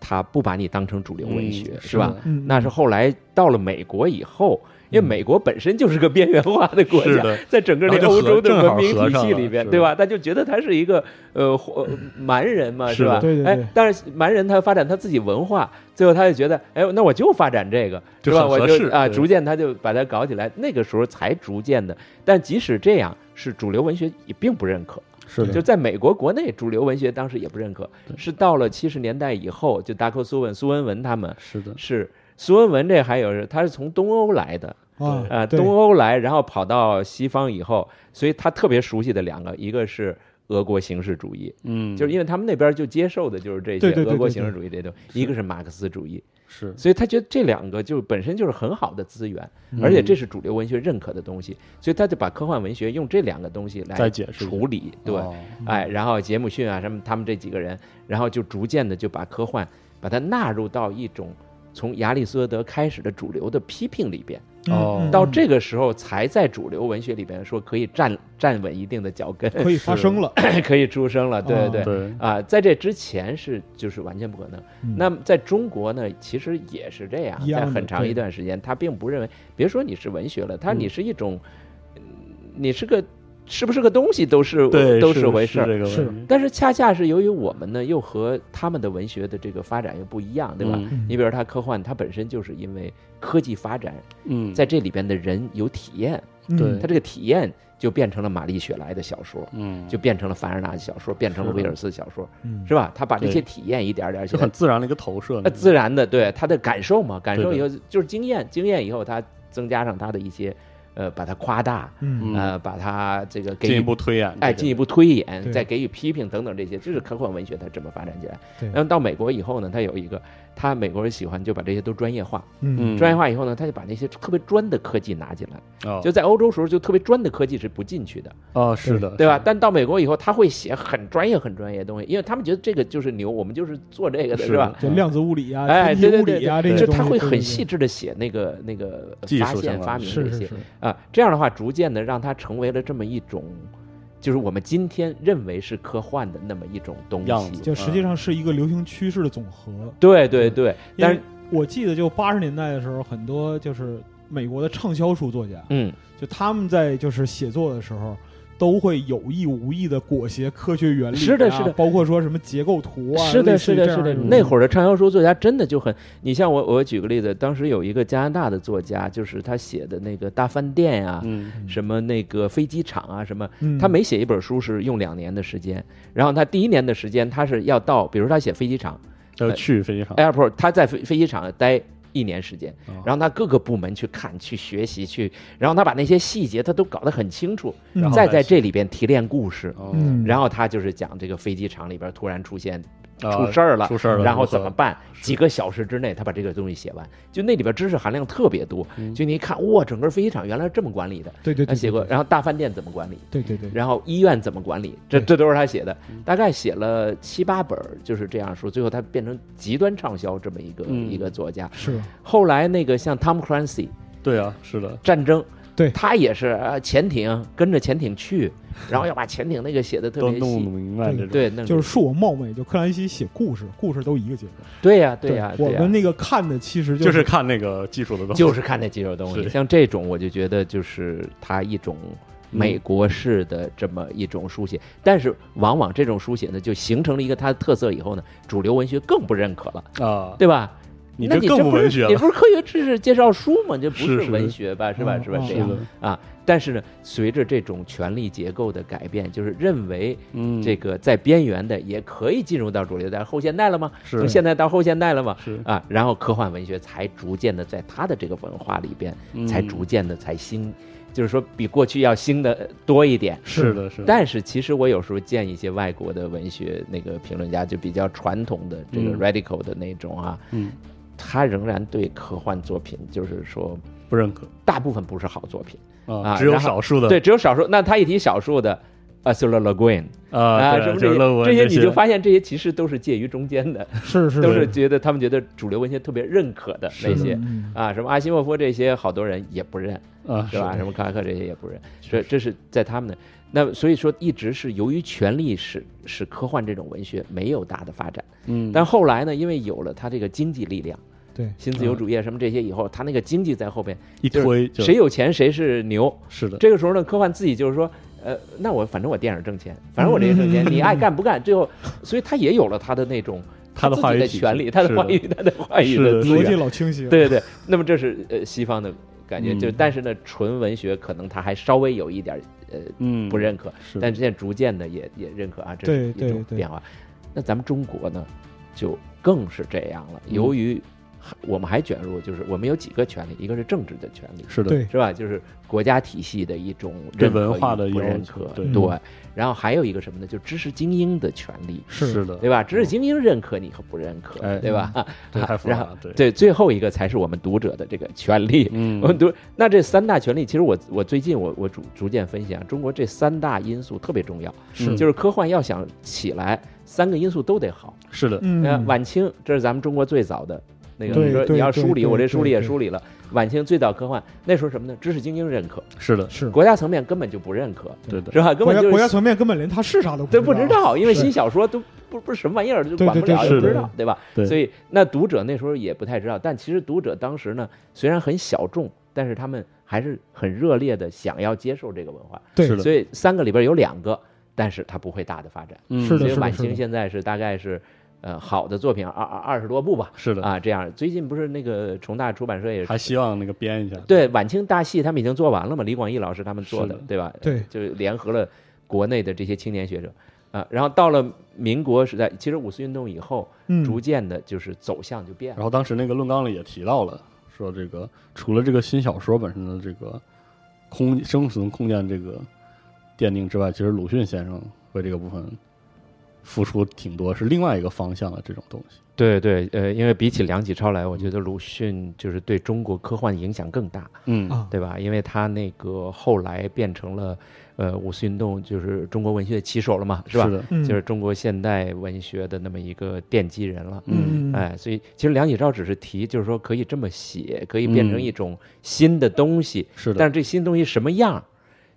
C: 他不把你当成主流文学、
A: 嗯
C: 是吧？
A: 的
B: 嗯，
C: 那是后来到了美国以后，因为美国本身就是个边缘化的国
A: 是
C: 家，
A: 的，
C: 在整个那
A: 然后就
C: 欧洲
A: 合
C: 的
A: 正好
C: 文明
A: 合
C: 体
A: 上
C: 系
A: 了
C: 里边，
A: 是
C: 对吧？他就觉得他是一个呃或呃蛮人嘛，
A: 是的
C: 吧？
B: 对对对
C: 哎，但是蛮人他发展他自己文化，最后他就觉得，哎，那我就发展这个，
A: 就是
C: 吧？
A: 很
C: 我
A: 合
C: 就
A: 适
C: 啊，
A: 对
C: 逐渐他就把它搞起来。那个时候才逐渐的，但即使这样，是主流文学也并不认可。
A: 是
C: 就在美国国内，主流文学当时也不认可，
A: 对
C: 是到了七十年代以后，就达克苏文、苏文文他们
A: 是的，
C: 是苏文文这还有是他是从东欧来的，
B: 啊，
C: 呃，
B: 对
C: 东欧来，然后跑到西方以后，所以他特别熟悉的两个，一个是俄国形式主义，
A: 嗯，
C: 就是因为他们那边就接受的就是这些
B: 对对对
C: 俄国
B: 对对
C: 形式主义这东西，一个是马克思主义，
A: 是
C: 所以他觉得这两个就本身就是很好的资源，
B: 嗯
C: 而且这是主流文学认可的东西，所以他就把科幻文学用这两个东西
A: 再
C: 来
A: 解释一下
C: 处理，对，
A: 哦
C: 哎，然后杰姆逊啊什么他们这几个人，然后就逐渐的就把科幻把它纳入到一种从亚里士多德开始的主流的批评里边。
B: 嗯
A: 哦
B: 嗯
C: 到
B: 嗯
C: 这个时候才在主流文学里边说可以站站稳一定的脚跟，
B: 可以发生了，
C: 可以出生了，对
B: 哦
C: 对对。
A: 嗯对，
C: 啊、在这之前是就是完全不可能。
B: 嗯
C: 那么在中国呢，其实也是这样，
B: 一样
C: 在
B: 的
C: 很长一段时间，他并不认为，别说你是文学了，他
A: 嗯
C: 你是一种，嗯你是个是不是个东西都是
A: 对
C: 都
A: 是
C: 回事
A: 是
C: 儿。
A: 这个
B: 是
A: 问题
C: 但是恰恰是由于我们呢，又和他们的文学的这个发展又不一样，对吧？
A: 嗯
C: 你比如他科幻，它本身就是因为科技发展
A: 嗯，
C: 在这里边的人有体验，
A: 对
B: 嗯
C: 它这个体验就变成了玛丽雪莱的小说，
A: 嗯，
C: 就变成了凡尔纳的小说，变成了
A: 是的
C: 威尔斯小说，
B: 嗯
C: 是吧？他把这
A: 对
C: 些体验一点点起
A: 就
C: 来
A: 很，自然的一个投射
C: 呃，
A: 那种，
C: 自然的对他的感受嘛，感受
A: 对
C: 以
A: 的
C: 后就是经验，经验以后他增加上他的一些，呃，把它夸大，
B: 嗯
A: 嗯
C: 呃，把它这个给
A: 进一
C: 予
A: 步推演，
C: 哎，
A: 这个
C: 进一步推演，
B: 对
C: 再给予批评等等这些，这是科幻文学它这么发展起来
B: 对。
C: 那么到美国以后呢，它有一个，他美国人喜欢就把这些都专业化，
B: 嗯
A: 嗯，
C: 专业化以后呢，他就把那些特别专的科技拿进来。
A: 哦
C: 就在欧洲时候，就特别专的科技是不进去的，
A: 哦，是的，
C: 对吧
A: 是？的？
C: 但到美国以后，他会写很专业、很专业的东西，因为他们觉得这个就是牛，我们就是做这个的，
A: 是
C: 是吧？
B: 就量子物理啊，
C: 哎，
B: 天体
C: 对对
B: 物
C: 对
B: 理啊，这
C: 对，
B: 些
C: 就
B: 东西
C: 他会
B: 对
C: 很
B: 对
C: 细
B: 对
C: 致的写那个那个呃
A: 技
C: 发
A: 术
C: 现、
A: 相关
C: 发
A: 的
C: 明
B: 是
C: 这
B: 是
C: 些
B: 是，
C: 啊，这样的话，逐渐的让它成为了这么一种，就是我们今天认为是科幻的那么一种东
A: 样
C: 西啊
A: 子。
B: 就实际上是一个流行趋势的总和。
C: 对对对，
B: 因
C: 但
B: 为
C: 是
B: 我记得就八十年代的时候，很多就是美国的畅销书作家，
C: 嗯，
B: 就他们在就是写作的时候。都会有意无意的裹挟科学原理、啊，
C: 是的是的
B: 包括说什么结构图啊，
C: 是的，
B: 类似
C: 是
B: 于
C: 的，
B: 这
C: 是
B: 样
C: 的。
B: 一种
C: 那会儿的畅销书作家真的就很，你像我，我举个例子，当时有一个加拿大的作家，就是他写的那个大饭店啊，
A: 嗯，
C: 什么那个飞机场啊，什么，
B: 嗯
C: 他每写一本书是用两年的时间，然后他第一年的时间他是要到，比如他写飞机场
A: 要去飞机场，
C: airport，他在飞飞机场待一年时间
A: 哦，
C: 然后他各个部门去看、去学习、去，然后他把那些细节他都搞得很清楚，
B: 嗯
A: 然后
C: 再
A: 再
C: 在
A: 写
C: 这里边提炼故事。
A: 哦
B: 嗯，
C: 然后他就是讲这个飞机场里边突然出现
A: 啊
C: 出事儿了
A: 出事儿了，
C: 然后
A: 如何
C: 怎么？办？几个小时之内，他把这个东西写完，就那里边知识含量特别多。就你一看，哇，整个飞机场原来是这么管理的，
B: 对对
C: 他
B: 对，
C: 写过。
B: 对
C: 然后大饭店怎么管理，
B: 对对对，
C: 然后医院怎么管理，这
B: 对
C: 这都是他写的。大概写了七八本儿，就是这样说。最后他变成极端畅销这么一个
A: 嗯
C: 一个作家。
B: 是
C: 后来那个像 Tom Clancy
A: 对啊，是的，
C: 战争，
B: 对
C: 他也是呃潜艇跟着潜艇去，然后要把潜艇那个写的特
A: 都
C: 别
A: 弄
C: 细。
A: 明白这种，
C: 对，那个
B: 就是恕我冒昧，就克兰西写故事，故事都一个结构。
C: 对呀、对呀、
B: 我
C: 对呀、
B: 们那个看的其实
A: 就是
B: 是
A: 看那个技术的东西，
C: 就是看那肌肉东西。
A: 是
C: 像这种，我就觉得就是它一种美国式的这么一种书写，但是往往这种书写呢，就形成了一个它的特色以后呢，主流文学更不认可了，
A: 啊，
C: 对吧？
A: 你
C: 那
A: 这
C: 你
A: 更不
C: 不
A: 文
C: 是
A: 学
C: 你
A: 了，
C: 不是科学知识介绍书吗？这不
A: 是是
C: 文学吧？是吧？
B: 嗯
C: 是吧？
B: 嗯
C: 这
A: 是
C: 样
A: 的，
C: 啊。但是呢，随着这种权力结构的改变，就是认为
A: 嗯，
C: 这个在边缘的也可以进入到主流，但是后现代了吗？
A: 是
C: 从现代到后现代了吗？
A: 是
C: 啊，然后科幻文学才逐渐的在它的这个文化里边，才
A: 嗯
C: 逐渐的才新，就是说比过去要新的多一点。
A: 是的，是的，
C: 嗯但是其实我有时候见一些外国的文学那个评论家，就比较传统的这个
A: 嗯
C: radical 的那种啊，
A: 嗯，
C: 他仍然对科幻作品就是说
A: 不认可
C: 大部分不是好作品，
A: 啊，
C: 啊
A: 只有
C: 然后
A: 少数的
C: 对，只有少数。那他一提少数的。啊 s u l a l a g u i n
A: 啊，
C: 什
A: 对，
C: 么
A: 就是论文
C: 这
A: 些
C: 些，这你就发现这些其实都是介于中间 的，
B: 是是
C: 都是觉得他们觉得主流文学特别认可的那
A: 是
C: 些
B: 嗯
C: 啊，什么阿西莫夫这些，好多人也不认，
A: 啊，
C: 是吧？
A: 的
C: 什么克拉克这些也不认，
A: 确
C: 这这是在他们的那，所以说一直是由于权力使使科幻这种文学没有大的发展，
A: 嗯，
C: 但后来呢，因为有了他这个经济力量，
B: 对
C: 新自由主义什么这些以后，他那个经济在后边，
A: 一
C: 就是
A: 推嗯就
C: 谁有钱谁是牛。
A: 是的，
C: 这个时候呢，科幻自己就是说。呃，那我反正我电影挣钱，反正我这个挣钱，你爱干不干，最后，所以他也有了他的那种
A: 他的
C: 自
A: 话
C: 己
A: 语
C: 的
A: 体
C: 权
A: 系
C: 利，他的
A: 是
C: 话语，他的话语
A: 是
C: 的
A: 的
C: 资
A: 是
B: 逻
C: 源
B: 辑老清晰了。
C: 对对，那么这是呃西方的感觉，
A: 嗯
C: 就但是呢，纯文学可能它还稍微有一点呃
A: 嗯，
C: 不认可，
A: 是的，
C: 但是现在逐渐的也也认可啊，这
B: 对
C: 是
B: 对
C: 一种
B: 对
C: 变化。那咱们中国呢，就更是这样
A: 嗯
C: 了。由于还我们还卷入，就是我们有几个权利，一个是政治的权利，
A: 是的，
B: 对
C: 是吧？就是国家体系的一种
A: 对
C: 认可
A: 文化
C: 与
A: 的
C: 不
A: 要
C: 认
A: 求
C: 可，
A: 对
C: 对。然后还有一个什么呢？就知识精英的权利，
A: 是的，
C: 对吧？知识精英认可你和不认可，
A: 嗯哎
C: 对吧？
A: 这太复
C: 然
A: 杂
C: 后
A: 了，对，
C: 对，最后一个才是我们读者的这个权利。
A: 嗯
C: 我们读那这三大权利，其实我我最近我我逐逐渐分析啊，中国这三大因素特别重要，
A: 是
C: 就是科幻要想起来，三个因素都得好。
A: 是的，
B: 嗯，
C: 呃，晚清这是咱们中国最早的那个，
B: 对
C: 你说
B: 对
C: 你要梳
B: 对
C: 理，我
B: 对
C: 这梳理
B: 对
C: 也
B: 对
C: 梳理了。晚清最早科幻那时候什么呢？知识精英认可，
A: 是的，
B: 是
C: 国家层面根本就不认可，
A: 对的，
C: 是吧？根
B: 国
C: 本
B: 家
C: 就
B: 国家
C: 是
B: 层面根本连他是啥都
C: 对不知道，因为
B: 是
C: 新小说都不不是什么玩意儿，就
B: 对
C: 管不
B: 对
C: 了，
A: 对是
C: 也不
A: 的
C: 知道，对吧？
A: 对
C: 所以那读者那时候也不太知道，但其实读者当时呢，虽然很小众，但是他们还是很热烈的想要接受这个文化。
B: 对
A: 是的
C: 所以三个里边有两个，但是它不会大的发展。
A: 嗯
B: 是的
C: 所以
B: 是的
C: 晚
B: 是的
C: 清现在是大概是呃好的作品，二二二十多部吧，
A: 是的
C: 啊，这样最近不是那个重大出版社也
A: 还希望那个编一下，
C: 对晚清大戏他们已经做完了嘛，李广义老师他们做的，
A: 是的
C: 对吧？
B: 对
C: 就联合了国内的这些青年学者啊、然后到了民国时代，其实五四运动以后，
B: 嗯，
C: 逐渐的就是走向就变了。
A: 然后当时那个论纲里也提到了，说这个除了这个新小说本身的这个空生存空间这个奠定之外，其实鲁迅先生为这个部分付出挺多，是另外一个方向的这种东西。
C: 对对，呃，因为比起梁启超来，我觉得鲁迅就是对中国科幻影响更大，
A: 嗯
B: 啊，
C: 对吧？因为他那个后来变成了，呃，五四运动就是中国文学的旗手了嘛，是吧？
A: 的，
B: 嗯
C: 就是中国现代文学的那么一个奠基人了。
A: 嗯
B: 嗯，
C: 哎，所以其实梁启超只是提，就是说可以这么写，可以变成
A: 嗯
C: 一种新的东西，
A: 是的，
C: 但是这新东西什么样儿？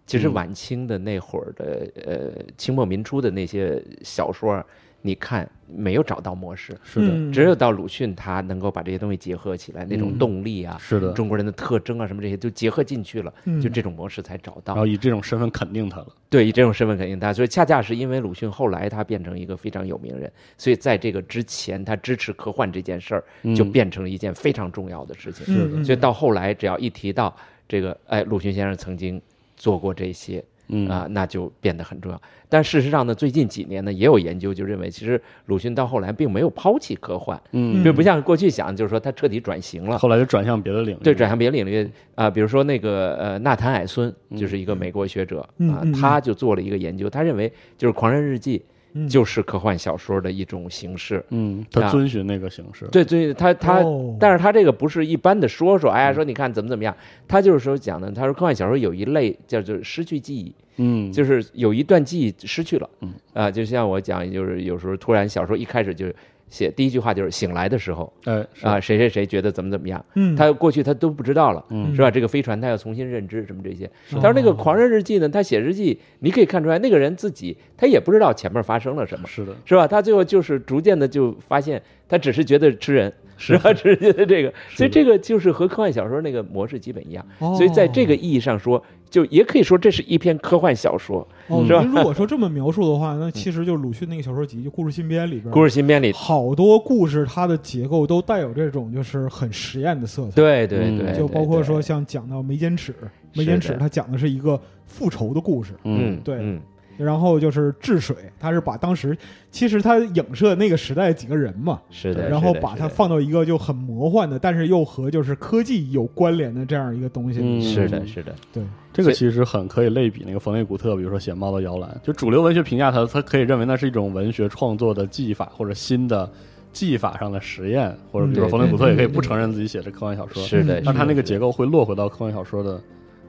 C: 其实
A: 嗯
C: 晚清的那会儿的，呃，清末民初的那些小说儿，你看没有找到模式，
A: 是的，
B: 嗯
C: 只有到鲁迅他能够把这些东西结合起来，那种
A: 嗯
C: 动力啊，
A: 是的。
C: 中国人的特征啊，什么这些就结合进去了，
B: 嗯
C: 就这种模式才找
A: 然
C: 到
A: 后。以这种身份肯定他了，
C: 对，以这种身份肯定他，所以恰恰是因为鲁迅后来他变成一个非常有名人，所以在这个之前，他支持科幻这件事儿就
A: 嗯
C: 变成了一件非常重要的事情。
A: 是的
B: 嗯
C: 所以到后来，只要一提到这个，哎，鲁迅先生曾经做过这些
A: 嗯
C: 啊、那就变得很重要。但事实上呢，最近几年呢，也有研究就认为，其实鲁迅到后来并没有抛弃科幻，
A: 嗯，
C: 并不像过去想，就是说他彻底转型了。
A: 后来就转向别的领域，
C: 对，转向别的领域啊、比如说那个呃，纳坦·艾孙就是一个美国学者啊、
B: 嗯嗯嗯
C: 他就做了一个研究，他认为就是《狂人日记
B: 嗯》
C: 就是科幻小说的一种形式。
A: 嗯，他
C: 啊
A: 遵循那个形式，
C: 对对，他他
B: 哦
C: 但是他这个不是一般的说说，
A: 嗯
C: 哎呀，说你看怎么怎么样，他就是说讲呢，他说科幻小说有一类叫做失去记忆，
A: 嗯，
C: 就是有一段记忆失去了，
A: 嗯
C: 啊、就像我讲，就是有时候突然小说一开始就是写第一句话就是醒来的时候
A: 哎，是
C: 啊、，谁谁谁觉得怎么怎么样，
B: 嗯，
C: 他过去他都不知道了。
A: 嗯
C: 是吧？这个飞船他要重新认知什么这些。
B: 是哦
C: 他说那个狂人日记呢，他写日记，你可以看出来那个人自己他也不知道前面发生了什么，
A: 是的，
C: 是吧？他最后就是逐渐的就发现，他只是觉得吃人， 是吧？只是觉得这个，所以这个就是和科幻小说那个模式基本一样。
B: 哦
C: 所以在这个意义上说，就也可以说这是一篇科幻小说，
B: 哦，
C: 是吧
B: 那如果说这么描述的 话，那其实就鲁迅那个小说集《就故事新编》里边，
C: 《故事新编》里。
B: 好多故事它的结构都带有这种就是很实验的色彩。
C: 对对
A: 嗯
C: 对，
B: 就包括
C: 对
B: 说，像讲到眉间尺，眉
C: 是
B: 间
C: 的
B: 尺它讲的是一个复仇的故事，
C: 嗯，
B: 对
C: 嗯，
B: 然后就是治水，它是把当时其实它影射那个时代几个人嘛，
C: 是的。
B: 然后
C: 是的
B: 把
C: 是
B: 它
C: 的
B: 放到一个就很魔幻的，但是又和就是科技有关联的这样一个东西里。
A: 嗯
C: 是的，是的，
B: 对，
A: 这个
C: 所以
A: 其实很可以类比那个冯内古特，比如说写《猫的摇篮》，就主流文学评价它，它可以认为那是一种文学创作的技法或者新的技法上的实验，或者比如说
C: 嗯对
A: 冯内古特也可以
B: 对对
A: 不承认自己写的科幻小说，
C: 是的。
A: 但他那个结
C: 构，
A: 构会落回到科幻小说的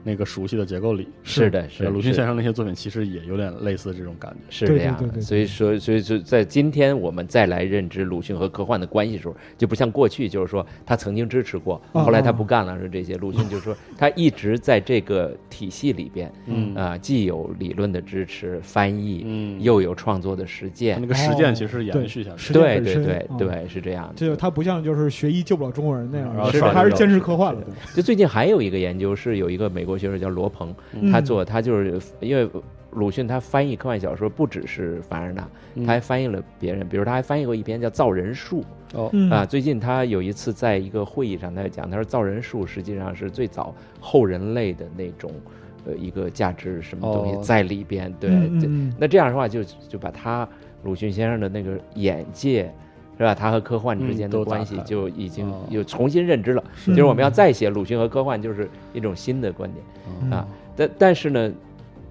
A: 那个熟悉的结构里。
C: 是的，是
A: 对
C: 的
A: 鲁迅
C: 是的
A: 先生那些作品其实也有点类似这种感觉。
C: 是
B: 对
C: 这
B: 对
C: 样
B: 对对
C: 的，所以说，所以说，在今天我们再来认知鲁迅和科幻的关系的时候，就不像过去，就是说他曾经支持过，
B: 啊
C: 后来他不干了，说这些。鲁迅就说他一直在这个体系里边，
A: 嗯
C: 啊、既有理论的支持、翻译，
A: 嗯，
C: 又有创作的实
A: 它
C: 践
A: 那。个实践
B: 哦
A: 其实
B: 对
A: 延续下去。
B: 实践
C: 对
B: 本
C: 对
B: 身
C: 对
B: 啊
C: 对，是这样
B: 这就
C: 的。
B: 它不像就是学医救不了中国人那样
A: 然后
B: 的，是
C: 是的
B: 还是
C: 是的
B: 坚持科幻了。
A: 是的
B: 对
C: 就最近还有一个研究，是有一个美国学者叫罗鹏，
A: 嗯
C: 他做他就是因为鲁迅他翻译科幻小说不只是凡尔纳，
A: 嗯
C: 他还翻译了别人，比如他还翻译过一篇叫《造人术》。
A: 哦，
B: 嗯
C: 啊，，最近他有一次在一个会议上，他就讲，他说造人术实际上是最早后人类的那种，呃，一个价值什么东
A: 哦
C: 西在里边。对，
B: 嗯
C: 这
B: 嗯
C: 那这样的话就就把他鲁迅先生的那个眼界，是吧？他和科幻之
A: 嗯
C: 间
A: 都
C: 的
A: 打
C: 关系
A: 开
C: 就已经
A: 哦
C: 又重新认知了。
B: 嗯
C: 就是我们要再写鲁迅和科幻，就是一种新的观点。
A: 嗯
C: 啊，但但是呢，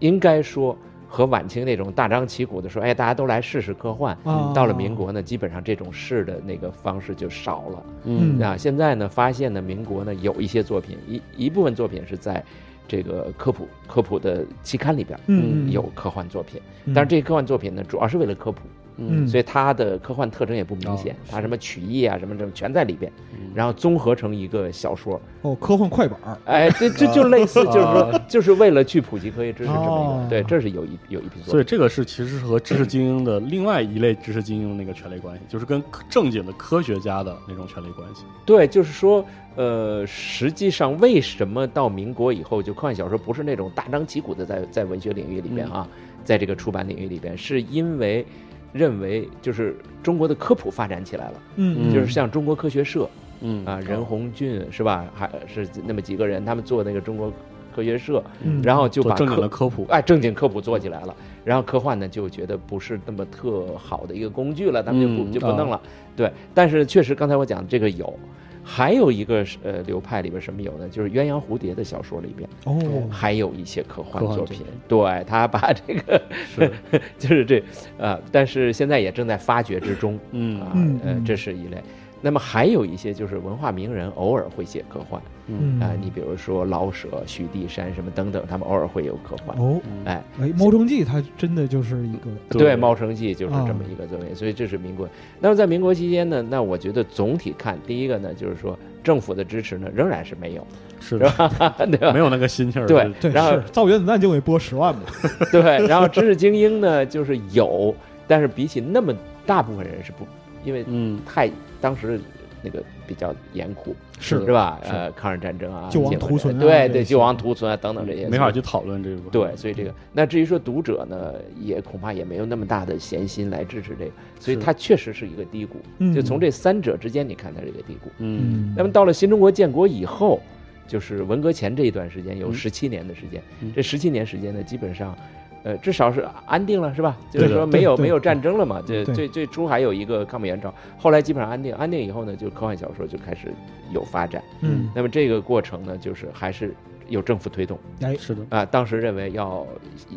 C: 应该说和晚清那种大张旗鼓的说，哎，大家都来试试科幻。
A: 哦
B: 啊
C: 嗯到了民国呢，基本上这种试的那个方式就少了。
B: 嗯
C: 啊，现在呢，发现呢，民国呢有一些作品，一一部分作品是在这个科普科普的期刊里边儿
B: 嗯嗯
C: 有科幻作品，
B: 嗯
C: 但是这些科幻作品呢，主要是为了科普，
B: 嗯
C: 所以它的科幻特征也不明显
A: 哦，
C: 它什么曲艺啊，什么什么全在里边，
A: 嗯
C: 然后综合成一个小说，
B: 哦科幻快板儿
C: 哎，这这就类似，就是说
A: 啊，
C: 就是为了去普及科学知识这么一
B: 哦
C: 个，对，这是有一有一批作
A: 所以
C: 品，
A: 这个是其实是和知识精英的另外一类知识精英的那个权利关系，就是跟科正经的科学家的那种权利关系。
C: 对，就是说，呃，实际上为什么到民国以后，就科幻小说不是那
B: 嗯
C: 种大张旗鼓的在在文学领域里边啊，在这个出版领域里边，是因为认为就是中国的科普发展起来了，
B: 嗯
C: 就是像中国科学社
A: 嗯
C: 啊，任红俊是吧？还是那么几个人，他们做那个中国科学社，
B: 嗯
C: 然后就
A: 做
C: 把
A: 正经
C: 科
A: 的科普，
C: 哎，正经科普做起来了，然后科幻呢就觉得不是那么特好的一个工具了，他们就不、
A: 嗯
C: 就不
A: 啊
C: 弄了。对，但是确实刚才我讲这个有，还有一个是呃流派里边什么有呢？就是鸳鸯蝴蝶的小说里边
B: 哦，
C: 还有一些科幻
A: 科幻作
C: 作品，对他把这个
A: 是
C: 就是这呃，但是现在也正在发掘之中啊
A: 嗯，
B: 嗯
C: 呃
B: 嗯，
C: 这是一类。那么还有一些就是文化名人偶尔会写科幻
A: 嗯
B: 嗯
C: 啊、你比如说老舍、许地山什么等等，他们偶尔会有科幻。
B: 哦，
A: 嗯
C: 哎，
B: 哎，《猫城记》它真的就是一个
C: 对，
A: 对
C: 《猫城记》就是
B: 嗯
C: 这么一个作品，所以这是民国。那么在民国期间呢，那我觉得总体看，第一个呢，就是说政府的支持呢仍然是没有，
A: 是
C: 是
A: 的，
C: 吧？对吧
A: 没？有那个心气儿，
C: 对嗯
A: 是
B: 对，
C: 然后
B: 是造原子弹就给拨十万嘛，
C: 对。然后知识精英呢，就是有，但是比起那么大部分人是不，因为
A: 嗯
C: 太当时那个比较严酷，
A: 是
C: 是吧？
A: 是
C: 呃，抗日战争啊，
B: 救亡
C: 解放
B: 图
C: 战
B: 存啊
C: 对
B: 这
C: 对，
B: 些
C: 救亡图存啊等等这些，
A: 没法去讨论这个，
C: 对，所以这个，那至于说读者呢，也恐怕也没有那么大的闲心来支持这个，所以
A: 是
C: 它确实是一个低谷。
B: 嗯
C: 就从这三者之间，你看它是一个低谷。
A: 嗯
C: 那么到了新中国建国以后，就是文革前这一段时间，有
A: 嗯
C: 十七年的时间，
A: 嗯
C: 这十七年时间呢，基本上。呃，至少是安定了，是吧？就
A: 对的嗯
C: 是说没有
B: 对对
C: 没有战争了嘛。
B: 对
C: 这最最初还有一个抗美援朝，后来基本上安定，安定以后呢，就科幻小说就开始有发展。
B: 嗯，
C: 那么这个过程呢，就是还是有政府推动。
B: 哎，
A: 是的，
C: 啊，当时认为要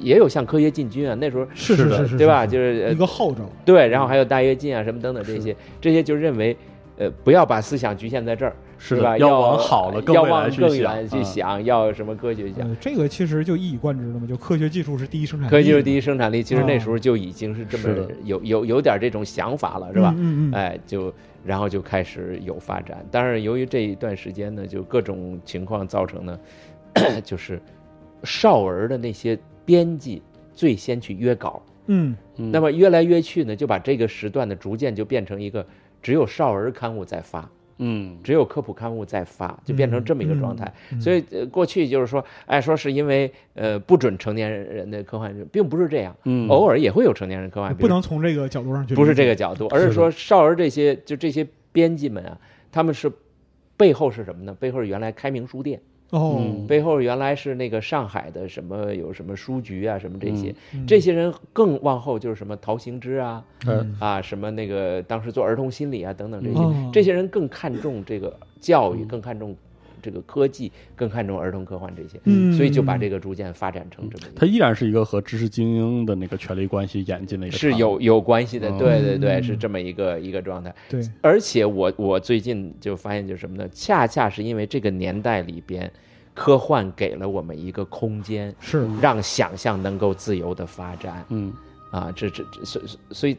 C: 也有向科学进军啊，那时候
B: 是
A: 是
B: 是
A: 的
B: 是是，
C: 对吧？
B: 是
C: 就是
B: 一
C: 呃
B: 个号召，
C: 对，然后还有大跃进啊什么等等这
A: 是
C: 些，这些就认为。呃，不要把思想局限在这儿，
A: 是
C: 是吧？
A: 的，
C: 要
A: 往好的、
C: 要
A: 未来
C: 往
A: 去
C: 更
A: 想，嗯
C: 远去
A: 想，
C: 想，要什么科学想，
B: 呃，这个其实就一以贯之的嘛，就科学技术是第一生产力，
C: 科学就是第一生产力。其实那
B: 啊
C: 时候就已经是这
A: 嗯是
C: 么
A: 的
C: 有有有点这种想法了，是吧？
B: 嗯嗯嗯，
C: 哎，就然后就开始有发展。当然，由于这一段时间呢，就各种情况造成呢， 就是少儿的那些编辑最先去约稿，
B: 嗯，
A: 嗯
C: 那么约来约去呢，就把这个时段呢，逐渐就变成一个只有少儿刊物在发，
A: 嗯
C: 只有科普刊物在发，就变成这么一个状态。
B: 嗯嗯
C: 所以、呃过去就是说，哎，说是因为呃不准成年人的科幻，并不是这样，
A: 嗯，
C: 偶尔也会有成年人科幻，比
B: 哎不
C: 如
B: 能从这个角度上去，
C: 不是这，个角度，而
A: 是
C: 是
A: 的
C: 说少儿这些就这些编辑们啊，他们是背后是什么呢？背后是原来开明书店，
B: 哦，
A: 嗯
C: 背后原来是那个上海的什么有什么书局啊，什么这些，
B: 嗯
C: 这些人更往后就是什么陶行知啊，
A: 呃
C: 啊，什么那个当时做儿童心理啊等等这些，
B: 嗯
C: 这些人更看重这个教育，
A: 嗯
C: 更看重这个科技，更看重儿童科幻这些，
B: 嗯
C: 所以就把这个逐渐发展成这么一
A: 它
C: 个。
A: 依然是一个和知识精英的那个权力关系演进的一个
C: 是
A: 产
C: 有有关系的，
A: 嗯
C: 对对对，
B: 嗯
C: 是这么一个一个状态。
B: 对，
C: 而且我我最近就发现，就是什么呢？恰恰是因为这个年代里边，科幻给了我们一个空间，
B: 是，
C: 让想象能够自由的发展。
A: 嗯
C: 啊，这这这，所以所以，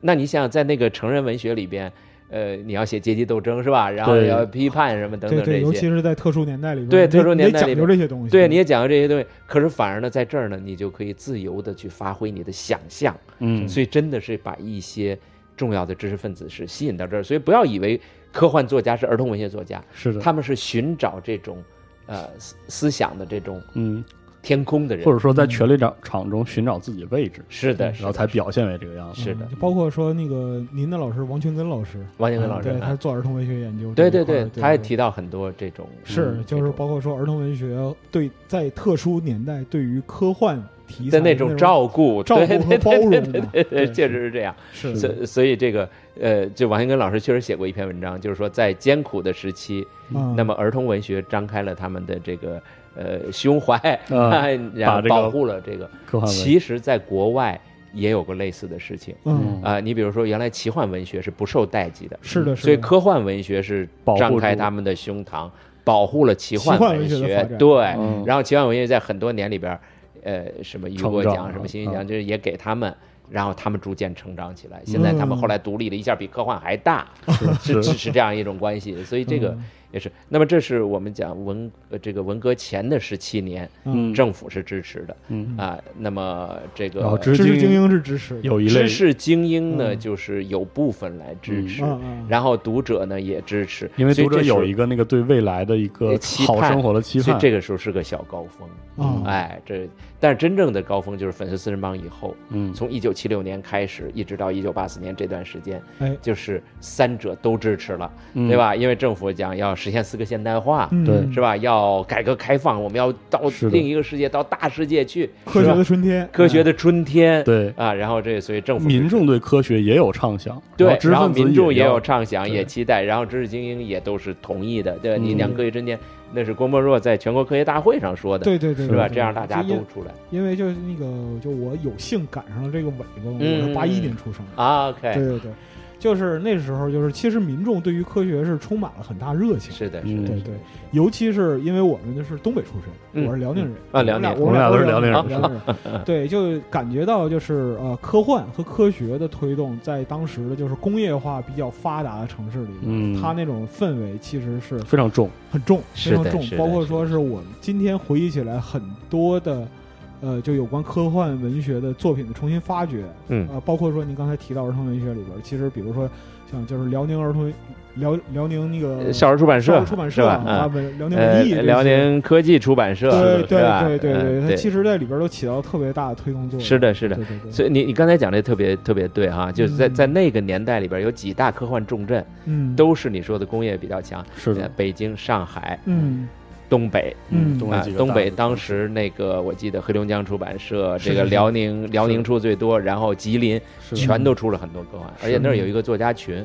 C: 那你想想，在那个成人文学里边，呃，你要写阶级斗争是吧？然后
A: 对
C: 要批判什么等
B: 对
C: 等
B: 对，
C: 这
B: 尤其
C: 些，
B: 是在特殊年代里边，
C: 对
B: 你得
C: 特殊年代
B: 你得
C: 里
B: 讲究这些东西，
C: 对，你也讲了这些东西。可是反而呢，在这儿呢，你就可以自由的去发挥你的想象，
A: 嗯，
C: 所以真的是把一些重要的知识分子是吸引到这儿。所以不要以为科幻作家是儿童文学作家，
A: 是的，
C: 他们是寻找这种呃思思想的这种
A: 嗯，
C: 天空的人
A: 或。者说在权力场场中寻找自己位置，
C: 是的，是
A: 然后
C: 的
A: 才表现为这个样子。
C: 是的
B: 嗯就包括说那个您的老师王全根老师，
C: 王建根老师
B: 嗯对，他
C: 啊，
B: 是做儿童文学研究这
C: 对
B: 一块
C: 对
B: 儿，
C: 对，他也提
B: 对
C: 到很多这种
B: 是，就是包括说儿童文学对在特殊年代对于科幻题材
C: 的
B: 的
C: 那种照顾，
B: 照
C: 对
B: 顾和包容嘛，
C: 对对，
B: 对
C: 确实是这样。
B: 是
C: 所
B: 的
C: 以所以这个呃，就王兴根老师确实写过一篇文章，就是说在艰苦的时期，
B: 嗯
C: 那么儿童文学张开了他们的这个呃胸怀，
A: 啊 把
C: 然后
A: 这个
C: 保护了这个。
A: 科幻文，
C: 其实，在国外也有过类似的事情
B: 嗯，
C: 啊、你比如说，原来奇幻文学是不受待见的，
B: 是的，是
C: 所以
B: 的
C: 科幻文学是
A: 保护
C: 张开
A: 住
C: 他们的胸膛，保护了奇幻
B: 奇幻文学的
C: 学
B: 发。展
C: 对，
A: 嗯
C: 然后奇幻文学在很多年里边儿，呃，什么雨果
A: 成
C: 奖、
A: 长
C: 什么新星
A: 啊
C: 奖，就是也给他们，然后他们逐渐成长起来。现在他们后来独立了一下，比科幻还大，
A: 嗯是
C: 是
A: 是
C: 是是这样一种关系。所以这个
B: 嗯
C: 也是。那么这是我们讲文呃这个文革前的十七年，
A: 嗯，
C: 政府是支持的
A: 嗯，
C: 啊。那么这
A: 然后
C: 个
A: 知
B: 知
A: 识
B: 识精
A: 精英
B: 英是支持的，
A: 有一类
C: 知，识精英呢，
B: 嗯
C: 就是有部分来支持，
B: 嗯嗯，
C: 然后读者呢也支持，
A: 因为
C: 所以
A: 读者
C: 这时候
A: 有一个那个对未来的一个
C: 期
A: 好
C: 盼
A: 生活的期
C: 所以
A: 盼，
C: 这个时候是个小高峰。
B: 嗯
C: 哎，这但是真正的高峰就是粉碎四人帮以后，
A: 嗯，
C: 从一九七六年开始，一直到一九八四年这段时间，
B: 哎
C: 就是三者都支持了，
A: 嗯
C: 对？吧？因为政府讲要实现四个现代化，
B: 嗯
A: 对
C: 是吧？要改革开放，我们要到
A: 是的哎
C: 另一个世界，到大世界去，
B: 科学
C: 是吧
B: 的春天，嗯
C: 科学的春天，
A: 对，
C: 啊，然后这所以政府
A: 民众对科学也有畅想，
C: 对，
A: 知识
C: 然后
A: 分子
C: 民众也
A: 要
C: 有畅想，
A: 对
C: 也期待，然后知识精英也都是同意的，对吧？你
A: 嗯
C: 两科学春天，那是郭沫若在全国科学大会上说
B: 嗯，
C: 的，
B: 对对对，
C: 是吧？
B: 对
C: 这样大家
B: 就因
C: 都出来
B: 因为就是那个，就我有幸赶上了这个尾巴，我
C: 嗯
B: 是八一年出生的，
C: 啊，OK，
B: 对对对，就是那时候，就是其实民众对于科学是充满了很大热情，
C: 是的，
A: 嗯
C: 是的，
B: 对对，尤其是因为我们是东北出身，
C: 嗯
B: 我是辽宁人
C: 啊辽宁
B: 我们
A: 我们俩
B: 俩
A: 都是
B: 辽
A: 辽宁
B: 宁人，
A: 人
B: 辽宁 人，对，就感觉到就是呃，科幻和科学的推动，在当时的就是工业化比较发达的城市里面，
A: 嗯
B: 它那种氛围其实是
A: 非常重，
B: 很重，
C: 是
B: 非常
C: 的
B: 重
C: 是，的
B: 包括
C: 是
B: 说
C: 的
B: 是我们今天回忆起来很多的。呃，就有关科幻文学的作品的重新发掘，
C: 嗯
B: 呃，包括说您刚才提到儿童文学里边儿，其实比如说像就是辽宁儿童辽辽宁那个
C: 呃少儿出版社
B: 出版
C: 是
B: 社
C: 吧？
B: 啊，
C: 啊，
B: 文辽宁
C: 呃，
B: 文艺这些，
C: 辽宁科技出版社，
B: 对
C: 是吧？
B: 对对对
C: 嗯
B: 它其实在里边都起到特别大的推动作用。
C: 是的，是
B: 对
C: 的。
B: 对对，
C: 所以你你刚才讲的特别特别对哈，就是在
B: 嗯
C: 在那个年代里边有几大科幻重镇，
B: 嗯
C: 都是你说的工业比较强，
A: 是
C: 呃
A: 的，
C: 北京、上海、
B: 嗯
C: 东北
B: 嗯
A: 东
C: 啊
A: 北几，个
C: 东
A: 大
C: 北
A: 的
C: 当
A: 城市
C: 时那个我记得黑龙江出版社，
B: 是
C: 这个
B: 是
C: 辽宁辽宁出最多，然后吉林
A: 是的
C: 全都出了很多科幻，而且
A: 是嗯
C: 那儿有一个作家群。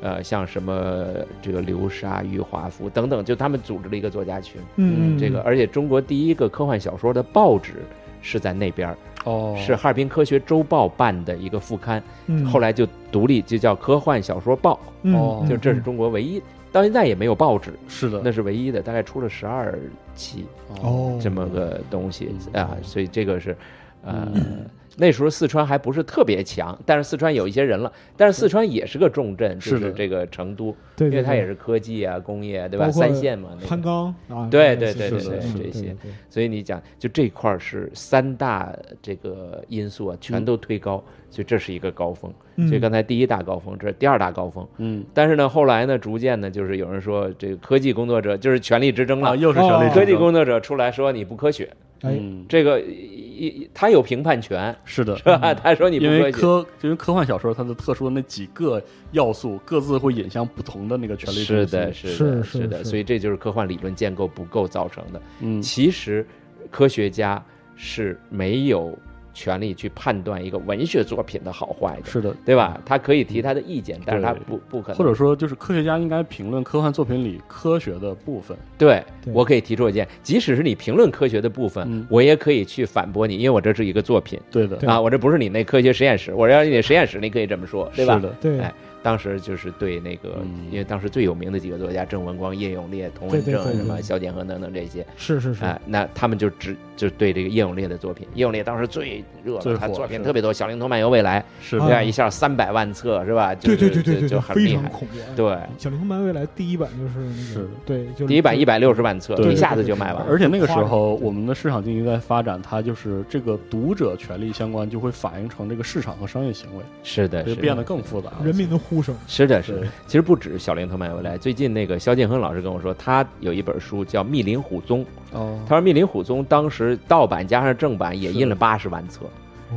C: 呃，像什么这个流沙、余华夫等等，就他们组织了一个作家群，
B: 嗯，
C: 这个，而且中国第一个科幻小说的报纸是在那边儿，
A: 哦，
C: 是哈尔滨科学周报办的一个副刊，
B: 嗯
C: 后来就独立，就叫科幻小说报，
B: 嗯
A: 哦
C: 就这是中国唯一，到现在也没有报纸，
A: 是的，
C: 那是唯一的，大概出了十二期
B: 哦
C: 这么个东西
A: 嗯
C: 啊，所以这个是，呃
A: 嗯，
C: 那时候四川还不是特别强，但是四川有一些人了，但是四川也是个重镇，就是
A: 的
C: 这个成都，
B: 对，
C: 因为它也
B: 是
C: 是科技啊、工业啊，对吧？
B: 包括
C: 三线嘛，那
B: 潘
C: 个，
B: 刚啊，
C: 对
B: 这些
C: 对
A: 对
B: 是
A: 对对
B: 的嗯
C: 这些
B: 对
C: 所以你讲就这块儿是三大这个因素啊，全都推高，所以这是一个高峰。
B: 嗯
C: 所以刚才第一大高峰，这是第二大高峰。
A: 嗯
C: 但是呢，后来呢，逐渐呢，就是有人说这个科技工作者就是权力之争了，
A: 啊，又是权力
B: 哦
A: 之
C: 科技
A: 争
C: 工作者出来说你不科学，
B: 哎，
A: 嗯，
C: 这个一他有评判权，
A: 是的
C: 是。吧？他说你
A: 嗯
C: 不
A: 因为
C: 科学，
A: 科，因为科幻小说它的特殊的那几个要素，各自会引向不同的那个权力
C: 是
A: 中心
C: 的，是
B: 是
C: 的，
B: 是
C: 是的，
B: 是
C: 所以这就是科幻理论建构不够造成的。
A: 嗯，
C: 其实科学家是没有权利去判断一个文学作品的好坏的，
A: 是的，
C: 对吧？他可以提他的意见，但是他
A: 对
C: 不不可能。
A: 或者说就是科学家应该评论科幻作品里科学的部分，
C: 对
B: 对
C: 我可以提出意见，即使是你评论科学的部分，
A: 嗯
C: 我也可以去反驳你，因为我这是一个作品
A: 对的，
B: 对
C: 啊，我这不是你那科学实验室，我要是你的实验室，你可以这么说，对吧
A: 是？的，
B: 对
C: 哎当时就是对那个，
A: 嗯
C: 因为当时最有名的几个作家，郑文光、叶永烈、童
B: 对
C: 文
B: 对
C: 正
B: 对对
C: 什么
B: 对
C: 萧剑河等等这些，
B: 是是是
C: 哎，那他们就只就对这个叶永烈的作品，叶永烈当时最热
A: 最
C: 了，
A: 火
C: 他作品
A: 是
C: 特别多，《小灵通漫游未来》
A: 是
B: 啊
C: 对吧？一下三百万册是吧？
B: 对
C: 就
B: 对
C: 是
B: 对对对
C: 就
B: 对，
C: 很
B: 非
C: 厉
B: 常
C: 害，
B: 恐怖。哎，
C: 对，
B: 小灵通漫未来第一版就是那
A: 是
B: 个
A: 的，
B: 对，就是
C: 第一版一百六十万册，
A: 对
C: 一下子就卖完了。
A: 而且那个时候，
B: 夸张
A: 我们的市场经济在发展，它就是这个读者权利相关，就会反映成这个市场和商业行为，
C: 是的，
A: 就是变得
C: 的，
A: 更复杂了。啊
B: 人民的呼声，
C: 是的，是的
A: 对。
C: 其实不止《小灵通漫游未来》，最近那个萧敬腾老师跟我说，他有一本书叫《密林虎宗》，
A: 哦
C: 他，说《密林虎宗》当时盗版加上正版也
A: 是
C: 印了八十万册，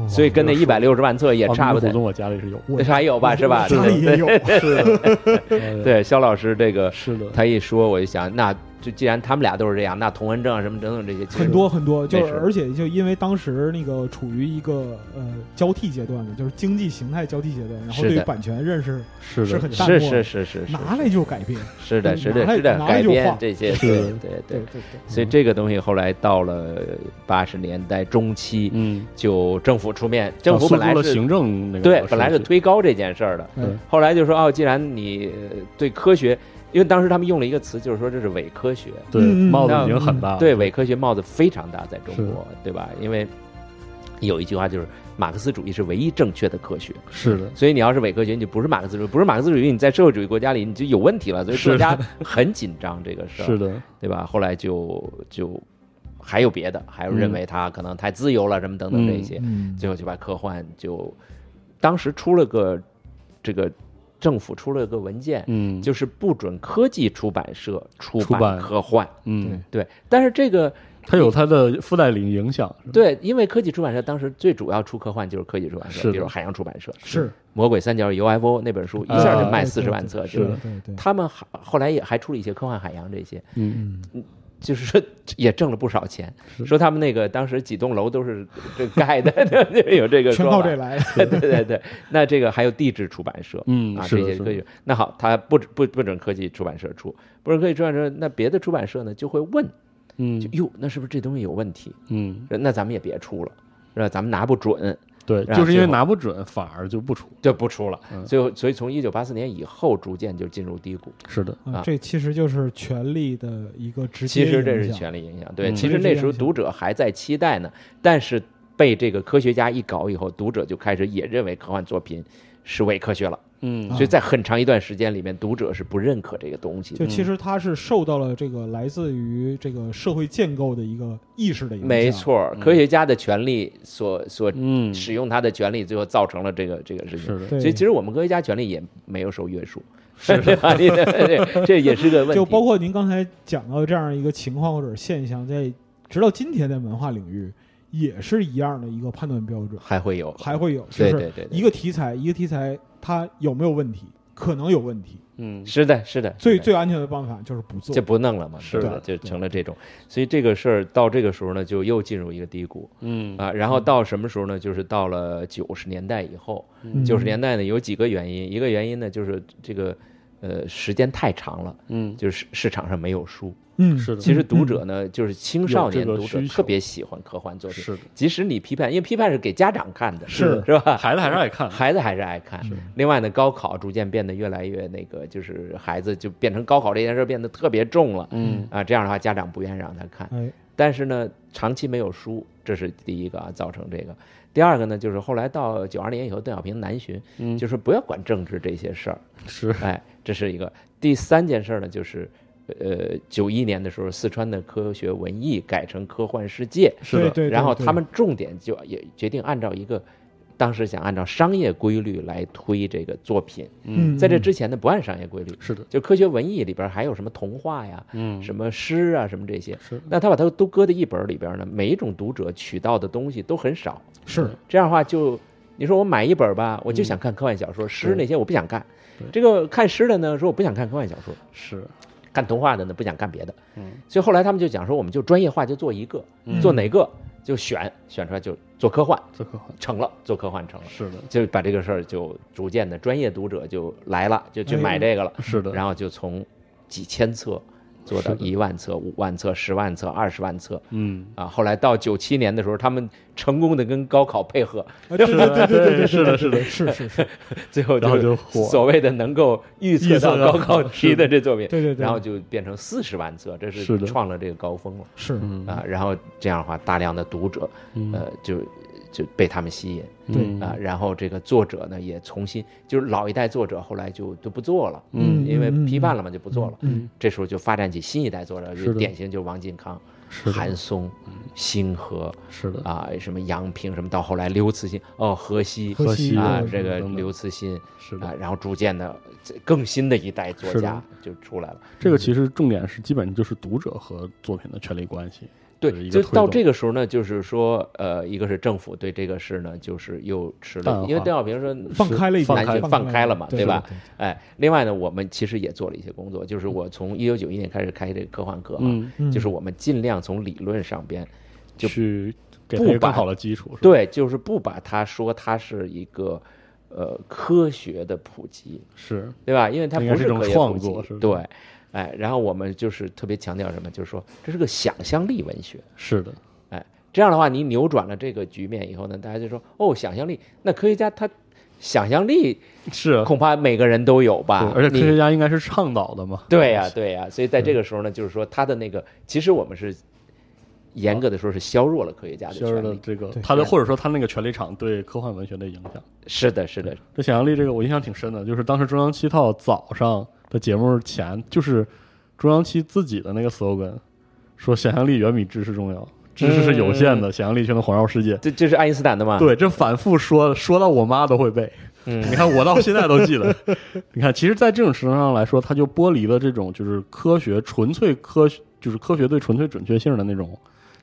C: 所以跟那
B: 哦
A: 这
C: 一
A: 个
C: 百六十万册也差不
A: 多。
C: 太
A: 股。东我家里是有，
B: 我
C: 还有吧，是吧？
B: 家里也有，
A: 是的，哎，
C: 对，萧老师这个
A: 是的，
C: 他一说，我就想，那就既然他们俩都是这样，那童文正啊什么等等这些，其实
B: 很多很多，就
C: 那
B: 是
C: 是
B: 而且就因为当时那个处于一个呃交替阶段嘛，就是经济形态交替阶段，然后
C: 是
B: 对于
C: 的
B: 版权认识
A: 是
B: 是
A: 的，
B: 很淡
C: 是
B: 漠，
C: 是是是是
B: 拿来就改变，
C: 是的，是的，
B: 拿来
C: 是的，
B: 拿来
C: 改
B: 就
C: 编
B: 画嗯
C: 这些，
A: 是
C: 对对
B: 对
C: 对。
B: 对对，
C: 所以这个东西后来到了八十年代中期，
A: 嗯，
C: 就政府出面，政府
A: 啊
C: 本
A: 诉
C: 来
A: 诸了
C: 是
A: 行政那个
C: 对
A: 模式
C: 本来是推高这件事儿的，
A: 对
B: 嗯
C: 后来就说哦，既然你呃对科学，因为当时他们用了一个词，就是说这是伪科学，
A: 对
B: 嗯嗯
A: 帽子已经很大了，
C: 对伪科学帽子非常大，在中
A: 啊是
C: 国，对吧？因为有一句话就是马克思主义是唯一正确的科学。
A: 是的，
C: 所以你要是伪科学，你就不是马克思主义，不是马克思主义，你在社会主义国家里你就有问题了。所以作家很紧张这个事儿，
A: 是的，
C: 对吧？后来就就还有别的，还有认为他可能太自由了，什么等等这些，
B: 嗯
C: 最后就把科幻就当时出了个这个政府出了个文件，
A: 嗯，
C: 就是不准科技出版社出
A: 出版
C: 版科幻。
A: 嗯，
C: 对，但是这个
A: 它有它的附带领影响，是吧
C: 对，因为科技出版社当时最主要出科幻就是科技出版
A: 是
C: 社，
A: 的
C: 比如海洋出版社《
B: 是
C: 魔鬼三角 UFO》那本书，一下就卖四十万册，
B: 啊哎对
C: 就
B: 对
C: 是
A: 吧
B: 对对，
C: 他们还后来也还出了一些科幻海洋这些，
A: 嗯，
C: 就是说也挣了不少钱
A: 是。
C: 说他们那个当时几栋楼都是这盖的， 就有这个
B: 全
C: 说
B: 靠
C: 法
B: 这 来的。啊
C: 对对对对，那这个还有地质出版社，
A: 嗯
C: 啊，
A: 是
C: 这
A: 的
C: 些
A: 是
C: 科
A: 的
C: 技。那好，他不不不准科技出版社出，不准科技出版社，那别的出版社呢就会问，就
A: 嗯
C: 哟，那是不是这东西有问题？
A: 嗯，
C: 那咱们也别出了，是吧？咱们拿不准，
A: 对，
C: 然后
A: 就是因为
C: 最后
A: 拿不准，反而就不出。
C: 就不出了。
A: 嗯
C: 最后，所以从一九八四年以后，逐渐就进入低谷。
A: 是的，
B: 啊
C: 啊
B: 这其实就是权力的一个直接
C: 其
B: 影响。
C: 实这是权力影响，对，
A: 嗯
C: 其实那时候读者还在期待呢，但是被这个科学家一搞以后，读者就开始也认为科幻作品是伪科学了。
A: 嗯
B: 啊
C: 所以在很长一段时间里面，读者是不认可这个东西的
B: 就。其实它是受到了这个来自于这个社会建构的一个意识的影响。嗯
C: 没，错，科学家的权利所所
A: 嗯，
C: 使用他的权利，最后造成了这个这个事情。
A: 是的，
B: 对，
C: 所以其实我们科学家权利也没有受约束， 对吧？你这这也是个问题。
B: 就包括您刚才讲到这样一个情况或者现象，在直到今天在文化领域也是一样的一个判断标准，
C: 还会有，
B: 还会有就
C: 对
B: 是
C: 对对对
B: 一个题材一个题材它有没有问题，可能有问题，
A: 嗯，
C: 是的，是的，
B: 最
C: 对
B: 最安全的办法就是不做
C: 就。不弄了嘛，
A: 是
C: 对
A: 的
C: 吧就
B: 对
C: 成了这种。所以这个事儿到这个时候呢，就又进入一个低谷
A: 嗯
C: 啊。然后到什么时候呢？就是到了九十年代以后，
B: 嗯
C: 九十年代呢有几个原因，一个原因呢就是这个呃时间太长了，
A: 嗯，
C: 就是市市场上没有书。
B: 嗯，
A: 是的，
C: 其实读者呢，就是青少年
A: 有这
C: 读
A: 个
C: 者
A: 需求
C: 特别喜欢科幻作品，
A: 是的，
C: 即使你批判，因为批判是给家长看的，
A: 是
C: 是吧？
A: 啊孩子还是爱看，
C: 孩子还是爱看。另外呢，高考逐渐变得越来越那个，就是孩子就变成高考这件事变得特别重了。
A: 嗯
C: 啊，这样的话家长不愿意让他看，
B: 哎，
C: 但是呢，长期没有书，这是第一个啊，造成这个。第二个呢，就是后来到九二年以后，邓小平南巡，
A: 嗯，
C: 就是不要管政治这些事儿，
A: 是
C: 哎，这是一个。第三件事儿呢，就是呃，九一年的时候，四川的科学文艺改成科幻世界，
A: 是
B: 对
A: 的，
B: 对，
C: 然后
B: 对
C: 他们重点就也决定按照一个。当时想按照商业规律来推这个作品，
B: 嗯，
C: 在这之前呢不按商业规律，
A: 是的，
C: 就科学文艺里边还有什么童话呀、
A: 嗯，
C: 什么诗啊、什么这些，
A: 是
C: 那他把它都搁在一本里边呢，每一种读者取到的东西都很少，
B: 嗯是
C: 这样的话就，你说我买一本吧，我就
A: 嗯
C: 想看科幻小说，诗那些我不想看，这个看诗的呢说我不想看科幻小说，
A: 是，
C: 看童话的呢不想干别的，
A: 嗯
C: 所以后来他们就讲说我们就专业化就做一个，
B: 嗯
C: 做哪个就选，选出来就做科幻
A: 这科幻
C: 成了，做科幻成了，
A: 是的，
C: 就把这个事儿就逐渐的专业读者就来了，就去
A: 哎
C: 买这个了，
A: 是的，
C: 然后就从几千册做到
A: 是的
C: 一万册、五万册、十万册、二十万册。
A: 嗯，
C: 啊，后来到九七年的时候，他们成功的跟高考配合，
B: 啊对
A: 是
B: 对
A: 的
B: 对对对，对
A: 是的是的
B: 是是是，
C: 最后
A: 然后就火
C: 所谓的能够预测到
A: 预测到
C: 高考题的这作品，
B: 对对对，
C: 然后就变成四十万册，这
A: 是
C: 是
A: 的
C: 创了这个高峰了
B: 是
A: 嗯
C: 啊。然后这样的话，大量的读者
A: 嗯
C: 呃就就被他们吸引
A: 嗯
C: 啊，然后这个作者呢也重新就是老一代作者后来就都不做了，
A: 嗯
C: 因为
B: 嗯嗯
C: 批判了嘛就不做了，
A: 嗯
C: 这时候就发展起新一代作者，
A: 是的
C: 典型就王晋康、
A: 是
C: 韩
A: 的，嗯
C: 松、星河。
A: 是的，
C: 啊，什么杨平，什么到后来刘慈欣，哦，荷西
B: 河西
A: 河
C: 啊
B: 对，
C: 这个
A: 等等
C: 刘慈欣
A: 是
C: 啊
A: 的，，
C: 然后逐渐的这更新的一代作
A: 是
C: 家
A: 的
C: 就出来了。
A: 这个其实重点是基本就是读者和作品的权利关系，是
C: 对，
A: 一个
C: 就
A: 推
C: 到
A: 动
C: 这个时候呢，就是说，呃，一个是政府对这个事呢，就是又持
A: 淡
C: 了，因为
A: 化
C: 邓小平说
B: 放开了一
A: 放
B: 点，
C: 南
A: 开
C: 京放开了嘛，
B: 对
C: 对吧？？哎，另外呢，我们其实也做了一些工作，就是我从一九九一年开始开这个科幻课嘛，
A: 嗯，
B: 嗯
C: 就是我们尽量从理论上边就
A: 去给他
C: 不
A: 一个更
C: 把
A: 好的基础，是吧，
C: 对，就是不把它说它是一个呃科学的普及，
A: 是
C: 对吧？因为它
A: 应该
C: 不
A: 是一种
C: 科学
A: 创
C: 普及
A: 作是吧
C: 对，哎，然后我们就是特别强调什么，就是说这是个想象力文学，
A: 是的，
C: 哎，这样的话你扭转了这个局面以后呢，大家就说哦，想象力，那科学家他想象力
A: 是啊，
C: 恐怕每个人都有吧
A: 对，而且科
C: 啊你
A: 学家应该是倡导的嘛，
C: 对呀、对呀、所以在这个时候呢，就是说他的那个，其实我们是严格的说是削弱了科学家的
A: 就是
C: 权
A: 的
C: 利。
A: 这个
B: 对
A: 他的或者说他那个权力场对科幻文学的影响。
C: 是的，是的，
A: 这想象力这个我印象挺深的，就是当时中央七套早上的节目前，就是中央七自己的那个 slogan，说想象力远比知识重要，知识是有限
C: 嗯
A: 的，想象力却能环绕世界。
C: 这这是爱因斯坦的嘛？，
A: 对，这反复说，说到我妈都会背。
C: 嗯
A: 你看我到现在都记得。你看，其实，在这种程度上来说，它就剥离了这种就是科学纯粹科学，就是科学对纯粹准确性的那种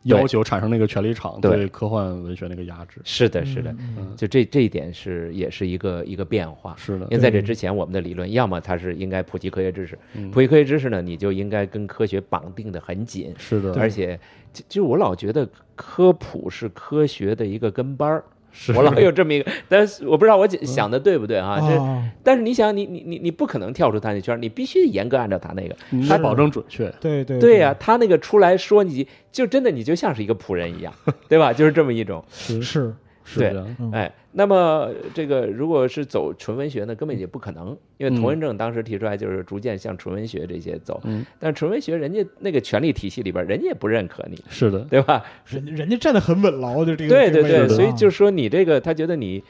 A: 要求，产生那个权力场
C: 对
A: 对科幻文学那个压制。
C: 是的，是的，
B: 嗯
A: 嗯，
C: 就这这一点是也是一个一个变化。
A: 是的
C: 因为，在这之前，我们的理论要么它是应该普及科学知识，
A: 嗯
C: 普及科学知识呢，你就应该跟科学绑定的很紧，
A: 是的，
C: 而且就就我老觉得科普是科学的一个跟班儿，
A: 是
C: 我老有这么一个，但是我不知道我想的对不对啊？这
B: 啊，
C: 但是你想，你你你你不可能跳出他那圈儿，你必须严格按照他那个。
A: 你得保证准确。
B: 对对
C: 对呀、他那个出来说你就真的你就像是一个仆人一样，对吧？就是这么一种。
A: 是
B: 是，
A: 是这样。
B: 嗯
C: 哎，那么这个如果是走纯文学呢，根本也不可能，因为童文正当时提出来就是逐渐向纯文学这些走，
A: 嗯，
C: 但纯文学人家那个权力体系里边儿，人家也不认可你，
A: 是的，
C: 对吧？
B: 人人家站得很稳牢，就这个
C: 对
B: 这
C: 对
B: 个位
C: 对，
B: 置
C: 所以
B: 啊
C: 就是说你这个，他觉得你，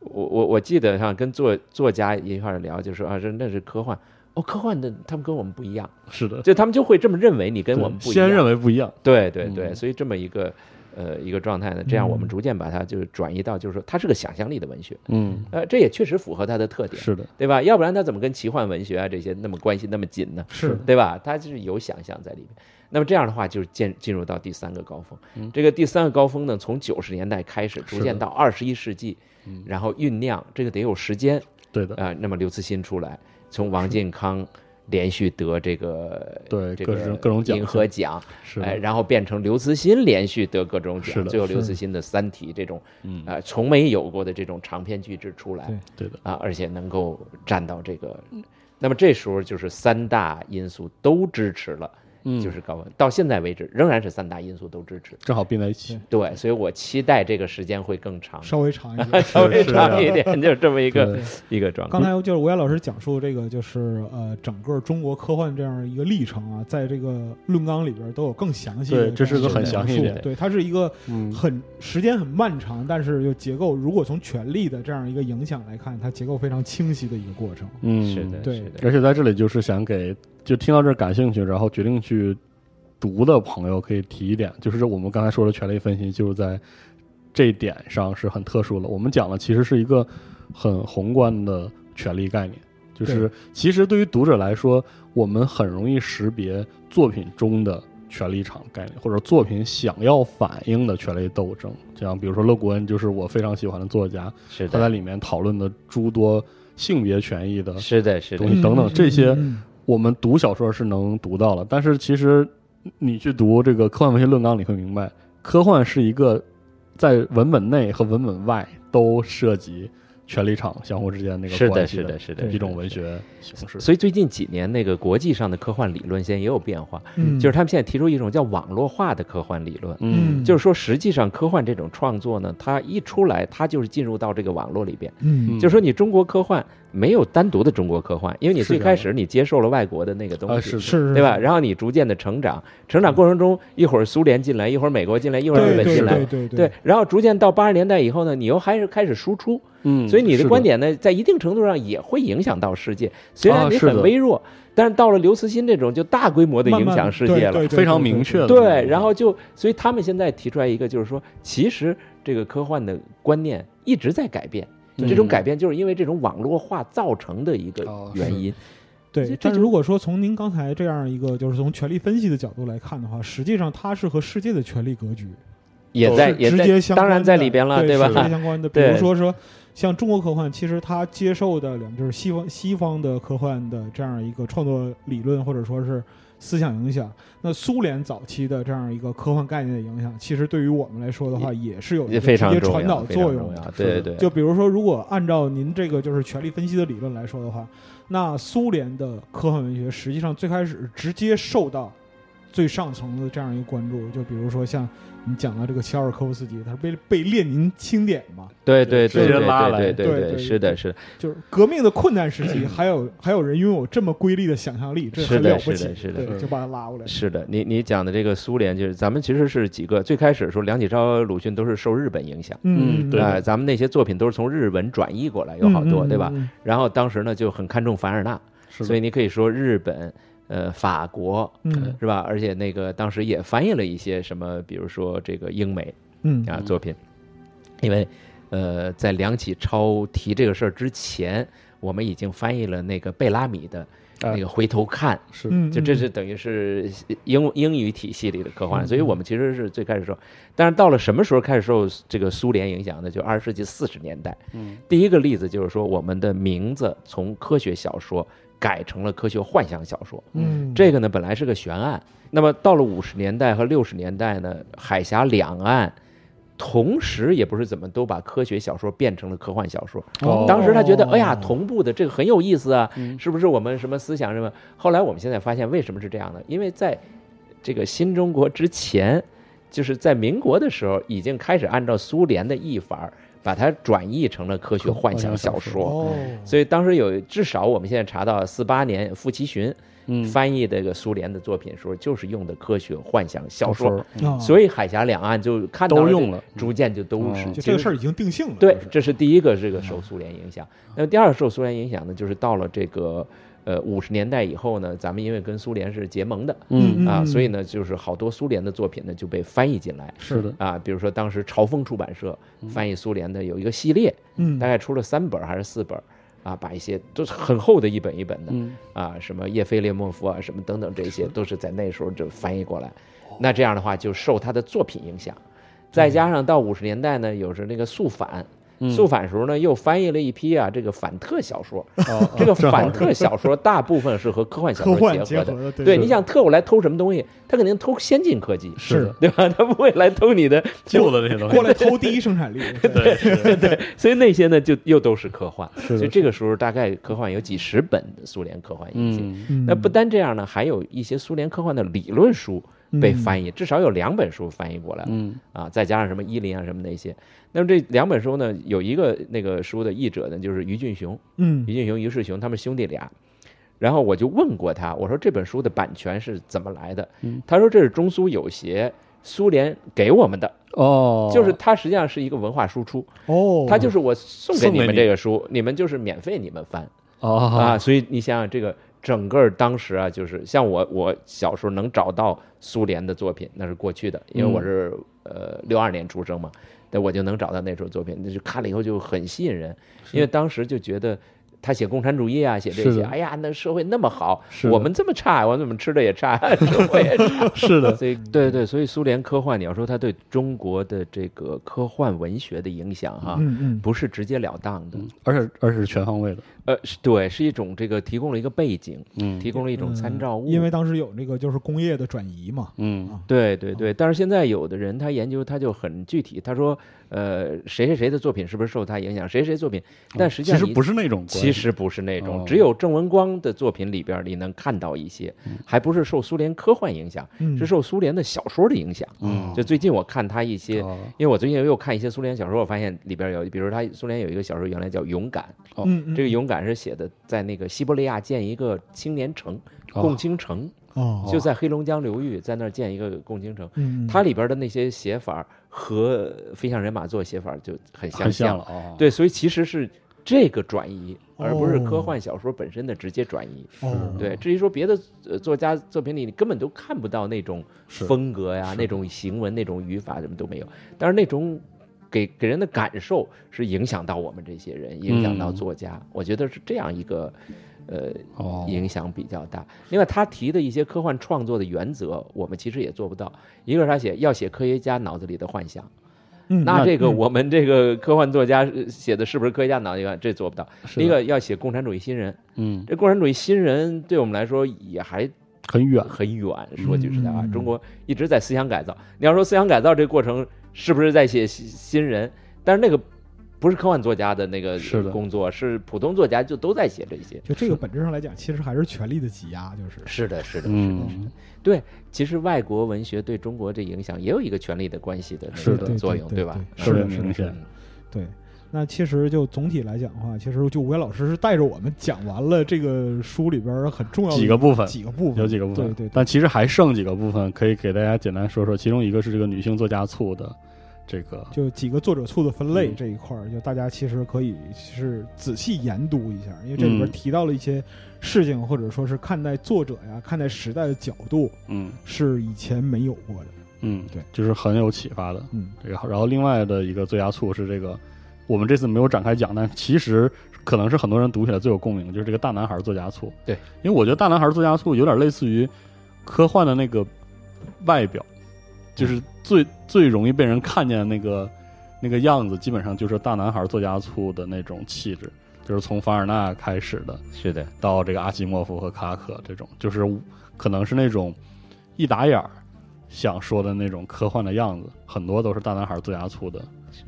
C: 我我我记得哈，跟作作家一块儿聊，就说啊，这那是科幻，哦，科幻的他们跟我们不一样，
A: 是的，
C: 就他们就会这么认为你跟
A: 对
C: 我们不一样，
A: 先认为不一样。
C: 对对对，
A: 嗯
C: 所以这么一个呃一个状态呢，这样我们逐渐把它就是转移到，就是说它是个想象力的文学，
A: 嗯，
C: 呃，这也确实符合它的特点，
A: 是的，
C: 对吧？要不然它怎么跟奇幻文学啊这些那么关系那么紧呢？
B: 是
C: 对吧？它就是有想象在里面。那么这样的话，就是进进入到第三个高峰。
A: 嗯
C: 这个第三个高峰呢，从九十年代开始，
A: 是的
C: 逐渐到二十一世纪，
A: 嗯
C: 然后酝酿，这个得有时间
A: 对的，
C: 啊、呃那么刘慈欣出来，从王靖康连续得这个
A: 对
C: 这
A: 各
C: 个
A: 种各种奖
C: 银河奖，
A: 是
C: 哎，
A: 的，
C: 然后变成刘慈欣连续得各种
A: 是
C: 奖，
A: 的
C: 最后
B: 是
C: 刘
B: 的
C: 慈欣的《三体》这种
A: 嗯，
C: 呃从没有过的这种长篇巨制出来
B: 对
A: 对的，
C: 啊，而且能够站到这个，那么这时候就是三大因素都支持了，
A: 嗯，
C: 就是高温。到现在为止，仍然是三大因素都支持。
A: 正好并在一起。
C: 对，所以我期待这个时间会更长，
B: 稍微长一点。
C: 稍微
A: 是这样
C: 长一点，就这么一个
A: 对
C: 一个状
B: 刚
C: 况。
B: 才就是吴岩老师讲述这个，就是呃，整个中国科幻这样一个历程啊，在这个论纲里边都有更详细的样
A: 对
B: 一描述。
A: 这是个很详细的
B: 对，它是一个
A: 嗯，
B: 很时间很漫长，但是又结构，如果从权力的这样一个影响来看，它结构非常清晰的一个过程。
A: 嗯，
C: 是的，
B: 对
C: 是的，
A: 而且在这里就是想给就听到这儿感兴趣，然后决定去读的朋友可以提一点，就是我们刚才说的权力分析，就是在这一点上是很特殊的。我们讲的其实是一个很宏观的权力概念，就是其实对于读者来说，我们很容易识别作品中的。权力场概念，或者作品想要反映的权力斗争，这样，比如说勒古恩就是我非常喜欢的作家，
C: 是
A: 他在
C: 的，
A: 里面讨论的诸多性别权益的
C: 是的，是的
A: 东，西等等
B: 嗯
A: 这些
B: 嗯
A: 我们读小说是能读到了，但是其实你去读这个科幻文学论纲，你会明白，科幻是一个在文本内和文本外都涉及权力场相互之间那
C: 是
A: 个
C: 的
A: 关系
C: 是的是的
A: 一种
C: 是的
A: 文学形式。
C: 所以最近几年那个国际上的科幻理论现在也有变化，
B: 嗯，
C: 就是他们现在提出一种叫网络化的科幻理论。
B: 嗯，
C: 就是说，实际上科幻这种创作呢，它一出来，它就是进入到这个网络里边。
B: 嗯
C: 就是说，你中国科幻没有单独的中国科幻，因为你
A: 是的
C: 最开始你接受了外国的那个东
A: 啊
C: 西，
A: 是的
B: 是
C: 对吧？？然后你逐渐的成长，成长过程中，一会儿苏联进来，一会儿美国进来，一会儿日
B: 对
C: 本
B: 对
C: 进来，
B: 对对
C: 对，然后逐渐到八十年代以后呢，你又还是开始输出，
A: 嗯，
C: 所以你
A: 是
C: 的
A: 的
C: 观点呢，在一定程度上也会影响到世界。虽然
A: 啊
C: 你
A: 是
C: 很
A: 的
C: 微弱，但是到了刘慈欣这种，就大规模的
B: 慢
C: 影
B: 慢
C: 响世
B: 对
C: 界了。
B: 对对
A: 非常
B: 对对
A: 明确的
B: 嗯
C: 对，然后就所以他们现在提出来一个，就是说，其实这个科幻的观念一直在改变，
A: 嗯
C: 这种改变就是因为这种网络化造成的一个
A: 哦
C: 原因。这
B: 对，但
C: 这
B: 是
C: 就
B: 如果说从您刚才这样一个，就是从权力分析的角度来看的话，实际上它是和世界的权力格局
C: 也在
B: 哦是
C: 哎也
B: 直
C: 在
B: 接，相关
C: 当
B: 的，
C: 然在里边了，
B: 对是直接
C: 吧？
B: 相关的，比
C: 对
B: 如说说像中国科幻，其实它接受的两就是西方西方的科幻的这样一个创作理论或者说是思想影响，那苏联早期的这样一个科幻概念的影响，其实对于我们来说的话也是有一个
C: 也非
B: 直
C: 常
B: 接
C: 重
B: 传导
C: 要，非常
B: 作用
C: 重
B: 的
C: 要。。对对对，
B: 就比如说，如果按照您这个就是权力分析的理论来说的话，那苏联的科幻文学实际上最开始直接受到最上层的这样一个关注。就比如说像你讲到这个乔尔科夫斯基，他是被被列宁钦点嘛，
C: 对对对
A: 直接
C: 对
A: 拉来
C: 对对
B: 对对
C: 是的，是的，
B: 就是革命的困难时 期，还有还有人拥有这么瑰丽的想象力，这很
C: 是的
B: 了不
C: 是
B: 起
C: 的，是的嗯
B: 对，就把他拉过来。
C: 是的，你你讲的这个苏联，就是咱们其实是几个最开始的时候，梁启超、鲁迅都是受日本影响，
A: 嗯对
C: 哎、咱们那些作品都是从日文转译过来，有好多，
B: 嗯
C: 对吧？？
B: 嗯嗯
C: 然后当时呢就很看重凡尔纳，
A: 是的
C: 所以呃你可以说日本、呃法国
B: 嗯
C: 是吧？而且那个当时也翻译了一些什么，比如说这个英美
B: 嗯
C: 啊
A: 嗯
C: 作品，因为呃在梁启超提这个事儿之前，我们已经翻译了那个贝拉米的
A: 哎
C: 那个《回头看》。
A: 是
B: 啊嗯，
C: 就这
B: 嗯
C: 是等于是英英语体系里的科幻，所
B: 嗯
C: 以我们其实是最开始受，但是到了什么时候开始受这个苏联影响呢？就二十世纪四十年代。
A: 嗯，
C: 第一个例子就是说，我们的名字从科学小说改成了科学幻想小说。
B: 嗯
C: 这个呢，本来是个悬案。那么到了五十年代和六十年代呢，海峡两岸同时也不是怎么都把科学小说变成了科幻小说。
A: 哦
C: 当时他觉得，哎呀，
B: 哦
C: 同步的这个很有意思啊，
A: 嗯
C: 是不是我们什么思想什么？后来我们现在发现，为什么是这样的？因为在这个新中国之前，就是在民国的时候，已经开始按照苏联的译法儿，把它转译成了科学幻想小说。
B: 哦，
C: 所以当时有，至少我们现在查到，四八年傅奇寻
A: 嗯
C: 翻译这个苏联的作品时候，就是用的科学幻想小说，
B: 啊
C: 所以海峡两岸就看到
A: 都
C: 了
A: 用
C: 这
A: 了
C: 逐渐就都
A: 嗯
B: 就
C: 是
B: 这个
C: 其实
B: 事儿已经定性了。
C: 对
B: 就，是嗯
C: 这是第一个这个受苏联影响。那么第二个受苏联影响呢，就是到了这个呃五十年代以后呢，咱们因为跟苏联是结盟的
A: 嗯
B: 嗯
C: 啊，所以呢，就是好多苏联的作品呢就被翻译进来
A: 是的，嗯
C: 啊，比如说当时朝风出版社翻译苏联的有一个系列，
B: 嗯
C: 大概出了三本还是四本啊，把一些都是很厚的一本一本的
A: 嗯
C: 啊，什么叶菲列莫夫啊，什么等等这些都是在那时候就翻译过来。那这样的话就受他的作品影响，再加上到五十年代呢，有时那个肃反。肃反时候呢，又翻译了一批啊，这个反特小说。
A: 哦
C: 这个
A: 正好
C: 反特小说大部分是和科幻小
B: 科
C: 说
B: 幻
C: 结合的。
B: 合的，
C: 对，
B: 是
C: 你想特务来偷什么东西？他肯定偷先进科技，
A: 是的
C: 对吧？他不会来偷你的
A: 旧的这些 东西
B: 过来偷第一生产力，对
A: 对是的
C: 所以那些呢，就又都是科幻。
A: 是的
C: 所以这个时候，大概科幻有几十本的苏联科幻引进。
A: 嗯
C: 那不单这样呢，还有一些苏联科幻的理论书
B: 嗯
C: 被翻译，至少有两本书翻译过来了
A: 嗯
C: 啊，再加上什么伊林啊什么那些。那么这两本书呢，有一个那个书的译者呢，就是于俊雄，
B: 嗯
C: 于俊雄、于世雄他们兄弟俩。然后我就问过他，我说这本书的版权是怎么来的？
A: 嗯
C: 他说这是中苏友协苏联给我们的，
A: 哦，
C: 就是它实际上是一个文化输出，
B: 哦，
C: 它就是我送给
A: 送给
C: 你们
A: 你
C: 这个书，你们就是免费你们翻
A: 哦
C: 啊。所以你想想这个。整个当时啊，就是像我，我小时候能找到苏联的作品，那是过去的，因为我是、呃六二年出生嘛，那我就能找到那时候作品，那就看了以后就很吸引人，因为当时就觉得他写共产主义啊，写这
A: 是
C: 些，
A: 的
C: 哎呀，那社会那么好，
A: 是的
C: 我们这么差，我怎么吃的也差， 社会也差，
A: 是 的，
C: 所以对对，所以苏联科幻，你要说它对中国的这个科幻文学的影响哈、
B: 嗯嗯
C: 不是直截了当的，
A: 而且而且是全方位的，
C: 呃，是对，是一种这个提供了一个背景，
A: 嗯
C: 提供了一种参照物，
B: 因为当时有那个就是工业的转移嘛，
A: 嗯
C: 对对对，但是现在有的人他研究他就很具体，他说，呃，谁谁谁的作品是不是受他影响，谁谁作品，但实际
A: 哦其
C: 上
A: 实
C: 你
A: 不是那种关系，
C: 其实不是那种，
A: 哦
C: 只有郑文光的作品里边儿你能看到一些，
A: 嗯
C: 还不是受苏联科幻影响，
B: 嗯
C: 是受苏联的小说的影响。
A: 嗯
C: 就最近我看他一些，
A: 哦
C: 因为我最近又看一些苏联小说，我发现里边儿有，比如他苏联有一个小说原来叫《勇敢》，
B: 嗯
C: 这个《勇敢》是写的在那个西伯利亚建一个青年城，共青城，
B: 哦，
C: 就在黑龙江流域，在那儿建一个共青城。
B: 嗯
C: 它里边的那些写法儿和《飞向人马座》写法儿就很相
A: 很
C: 像
A: 像了，哦，
C: 对，所以其实是这个转移，
B: 哦
C: 而不是科幻小说本身的直接转移。
B: 哦
C: 对，至于说别的呃作家作品里，你根本都看不到那种
A: 是
C: 风格呀、那种行文、那种语法什么都没有，但是那种。给给人的感受是影响到我们这些人，影响到
A: 嗯
C: 作家，我觉得是这样一个，呃，
A: 哦
C: 影响比较大。另外，他提的一些科幻创作的原则，我们其实也做不到。一个是他写要写科学家脑子里的幻想，
B: 嗯
C: 那这个
B: 嗯
C: 我们这个科幻作家呃写的是不是科学家脑袋里的幻想这做不到。
A: 是的
C: 另一个要写共产主义新人，
A: 嗯
C: 这共产主义新人对我们来说也还
A: 很远，
C: 很远。说句实在话，
B: 嗯
C: 中国一直在思想改造。你要说思想改造这个过程是不是在写新新人，但是那个不是科幻作家的那个
A: 是的
C: 工作，是普通作家就都在写这些。
B: 就这个本质上来讲，其实还是权力的挤压，就是
C: 是的，是的，
A: 嗯，
C: 对。其实外国文学对中国这影响也有一个权力的关系的
A: 是
C: 那
A: 的
C: 个作用，
B: 对对
C: 吧？嗯
A: 特
B: 对是
A: 别
B: 的是的
A: 明
B: 是
A: 显
B: 的，对。那其实就总体来讲的话，其实就吴越老师是带着我们讲完了这个书里边很重 要的
A: 几个部分
B: 几个部分，
A: 有几个部分，
B: 对对对
A: 但其实还剩几个部分可以给大家简单说说。其中一个是这个女性作家促的这个，
B: 就几个作者处的分类
A: 嗯
B: 这一块儿，就大家其实可以是仔细研读一下，因为这里边
A: 嗯
B: 提到了一些事情，或者说是看待作者呀、看待时代的角度
A: 嗯
B: 是以前没有过的。
A: 嗯，
B: 对，
A: 就是很有启发的。
B: 嗯，
A: 这个，然后另外的一个作家促是这个，我们这次没有展开讲，但其实可能是很多人读起来最有共鸣，就是这个大男孩作家促。
C: 对，
A: 因为我觉得大男孩作家促有点类似于科幻的那个外表，就是最最容易被人看见的那个那个样子，基本上就是大男孩作家促的那种气质，就是从凡尔纳开始的，
C: 是的，
A: 到这个阿西莫夫和卡可这种，就是可能是那种一打眼儿想说的那种科幻的样子，很多都是大男孩作家粗的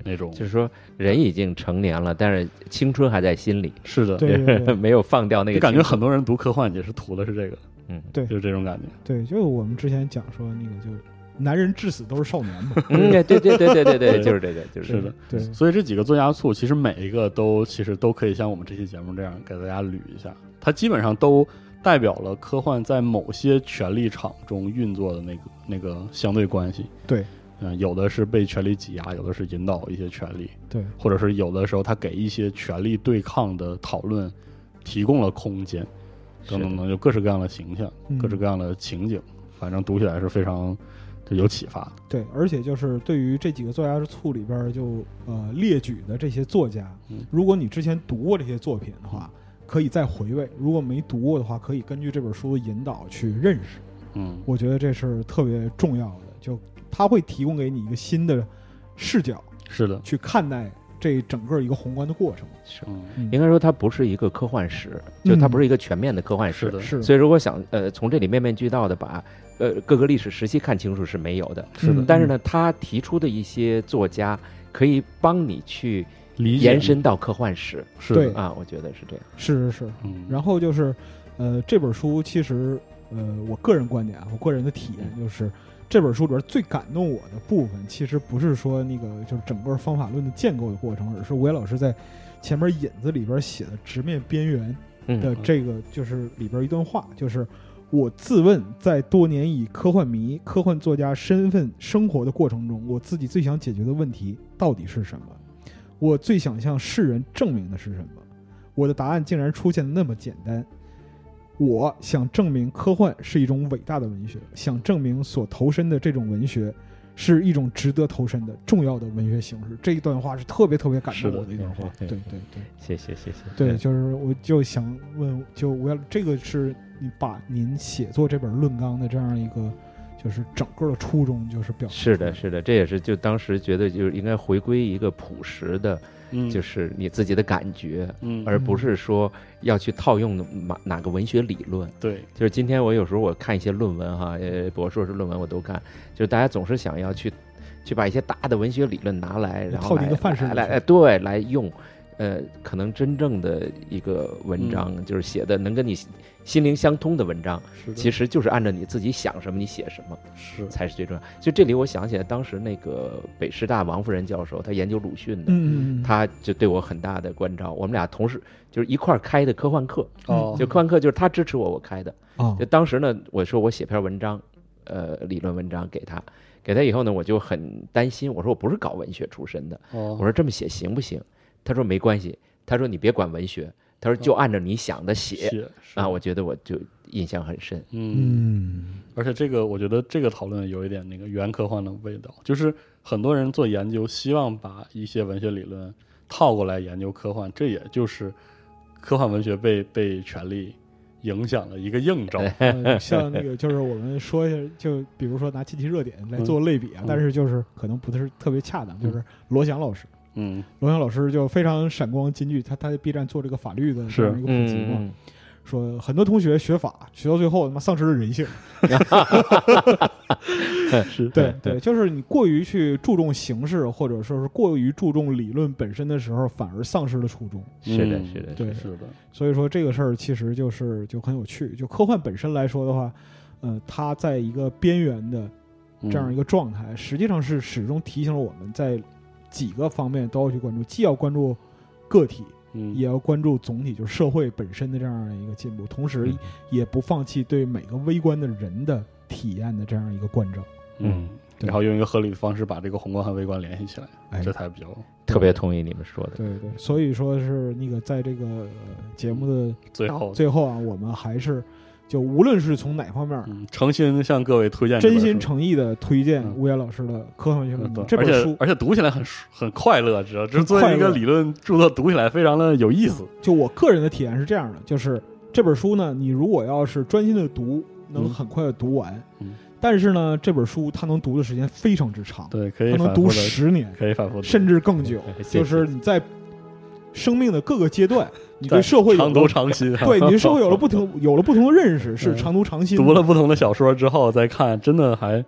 A: 那种。
C: 就是说人已经成年了，但是青春还在心里，
A: 是的，
B: 对对对
C: 没有放掉那
A: 就
C: 个
A: 感觉
C: 青春
A: 很多人读科幻也是图的是这个，
C: 嗯，
B: 对
A: 就是这种感觉。
B: 对，就我们之前讲说那个，就男人至死都是 少年嘛。
C: 嗯，对对对对对
A: 对
C: 对，就是这个，就是是
A: 的，
B: 对，
A: 所以这几个作家醋，其实每一个都其实都可以像我们这期节目这样给大家捋一下，它基本上都代表了科幻在某些权力场中运作的那个那个相对关系。
B: 对，
A: 嗯，有的是被权力挤压，有的是引导一些权力，
B: 对，
A: 或者是有的时候他给一些权力对抗的讨论提供了空间，等等等，有各式各样的形象，
B: 嗯
A: 各式各样的情景，反正读起来是非常就有启发的。
B: 对，而且就是对于这几个作家之簇里边儿就呃列举的这些作家
A: 嗯，
B: 如果你之前读过这些作品的话，可以再回味；如果没读过的话，可以根据这本书的引导去认识。
A: 嗯，
B: 我觉得这是特别重要的，就它会提供给你一个新的视角
A: 是的，
B: 去看待这整个一个宏观的过程。
A: 嗯，
C: 应该说它不是一个科幻史，就它不嗯是一个全面的科幻史。
A: 是的，
B: 是
C: 所以如果想呃从这里面面俱到的把呃各个历史时期看清楚是没有的，嗯
A: 是的
C: 但是，呢，他提出的一些作家可以帮你去
A: 理解
C: 延伸到科幻史
A: 是的
B: 对
C: 啊，我觉得是这样。
B: 是是是。
A: 嗯，
B: 然后就是，呃，这本书其实，呃，我个人观点啊，我个人的体验就是，这本书里边最感动我的部分，其实不是说那个就是整个方法论的建构的过程，而是吴越老师在前面引子里边写的直面边缘的
C: 嗯，
B: 这个，就是里边一段话，就是。我自问，在多年以科幻迷、科幻作家身份生活的过程中，我自己最想解决的问题到底是什么？我最想向世人证明的是什么？我的答案竟然出现的那么简单。我想证明科幻是一种伟大的文学，想证明所投身的这种文学是一种值得投身的重要的文学形式。这一段话是特别特别感
A: 是
B: 动
A: 的
B: 我的一段话。
A: 对
B: 对
A: 对
B: 对对
C: 谢谢谢谢。
B: 对，就是我就想问，就我要这个是你把您写作这本论纲的这样一个就是整个的初衷，就是表达
C: 是
B: 出来
C: 的，是的，这也是就当时觉得就是应该回归一个朴实的，
A: 嗯
C: 就是你自己的感觉，
A: 嗯，
C: 而不是说要去套用哪哪个文学理论。
A: 对，
C: 就是今天我有时候我看一些论文哈，呃，博硕士论文我都看，就是大家总是想要去去把一些大的文学理论拿来，然后
B: 套进一个范式里
C: 来
B: 去
C: 来来对来用，呃，可能真正的一个文章、
B: 嗯
C: 就是写的能跟你心心灵相通的文章，
A: 是的
C: 其实就是按照你自己想什么你写什么
A: 是
C: 才是最重要。所以这里我想起来当时那个北师大王夫人教授，他研究鲁迅的。
B: 嗯，嗯嗯，
C: 他就对我很大的关照，我们俩同时就是一块儿开的科幻课，
A: 哦，
C: 就科幻课就是他支持我，我开的，
B: 啊
C: 就当时呢，我说我写篇文章，呃，理论文章给他，给他以后呢，我就很担心，我说我不是搞文学出身的，
A: 我
B: 哦
C: 我说这么写行不行？他说没关系，他说你别管文学，他说就按照你想的写
A: 写
C: 啊，我觉得我就印象很深，
A: 嗯，
B: 嗯，
A: 而且这个我觉得这个讨论有一点那个原科幻的味道，就是很多人做研究希望把一些文学理论套过来研究科幻，这也就是科幻文学被被权力影响的一个映照。
B: 呃像那个就是我们说一下，就比如说拿近期热点来做类比啊，
A: 嗯
B: 但是就是可能不是特别恰当，就是罗翔老师，
A: 嗯
B: 罗翔老师就非常闪光金句，他他在 B 站做这个法律的
A: 是
B: 这样一个普及嘛，，说很多同学学法学到最后他妈丧失了人性。
A: 是
B: 对对， 就是你过于去注重形式，或者说是过于注重理论本身的时候，反而丧失了初衷。
C: 是的，
A: 嗯
C: 是的，
B: 对
A: 是的，
B: 所以说这个事儿其实就是就很有趣。就科幻本身来说的话，呃，它在一个边缘的这样一
A: 一
B: 个状态，实际上是始终提醒了我们在几个方面都要去关注，既要关注个体，
A: 嗯
B: 也要关注总体，就是社会本身的这样一个进步，同时
C: 嗯
B: 也不放弃对每个微观的人的体验的这样一个关照。
A: 嗯，
B: 对
A: 然后用一个合理的方式把这个宏观和微观联系起来，
B: 哎
A: 这才比较
C: 特别同意你 们说的。
B: 对对，所以说是那个在这个呃节目的
A: 最后。
B: 最后啊，我们还是就无论是从哪方面儿，
A: 嗯，诚心向各位推荐这本
B: 真
A: 书，
B: 心诚意的推荐
A: 嗯
B: 吴岩老师的《科幻学
A: 嗯
B: 本
A: 对
B: 这
A: 而
B: 本
A: 且
B: 书。
A: 而且读起来很舒很快乐，知道？这作为
B: 快
A: 一个
B: 乐嗯
A: 理论著作，读起来非常的有意思。
B: 就我个人的体验是这样的，就是这本书呢，你如果要是专心的读，能
A: 嗯
B: 很快的读完。
A: 嗯
B: 但是呢，这本书它能读的时间非常之长，
A: 对，可以
B: 它能
A: 反复
B: 读
A: 的，
B: 十年，
A: 可以反复地
B: 甚至 更久。
C: 谢谢
B: 就是你在生命的各个 阶段，你对社会有
A: 长读
B: 了
A: 长新。
B: 对你对社会有了 不同有了不同的认识，是
A: 嗯
B: 长读长 新。
A: 读了不同的小说之后再看，真的还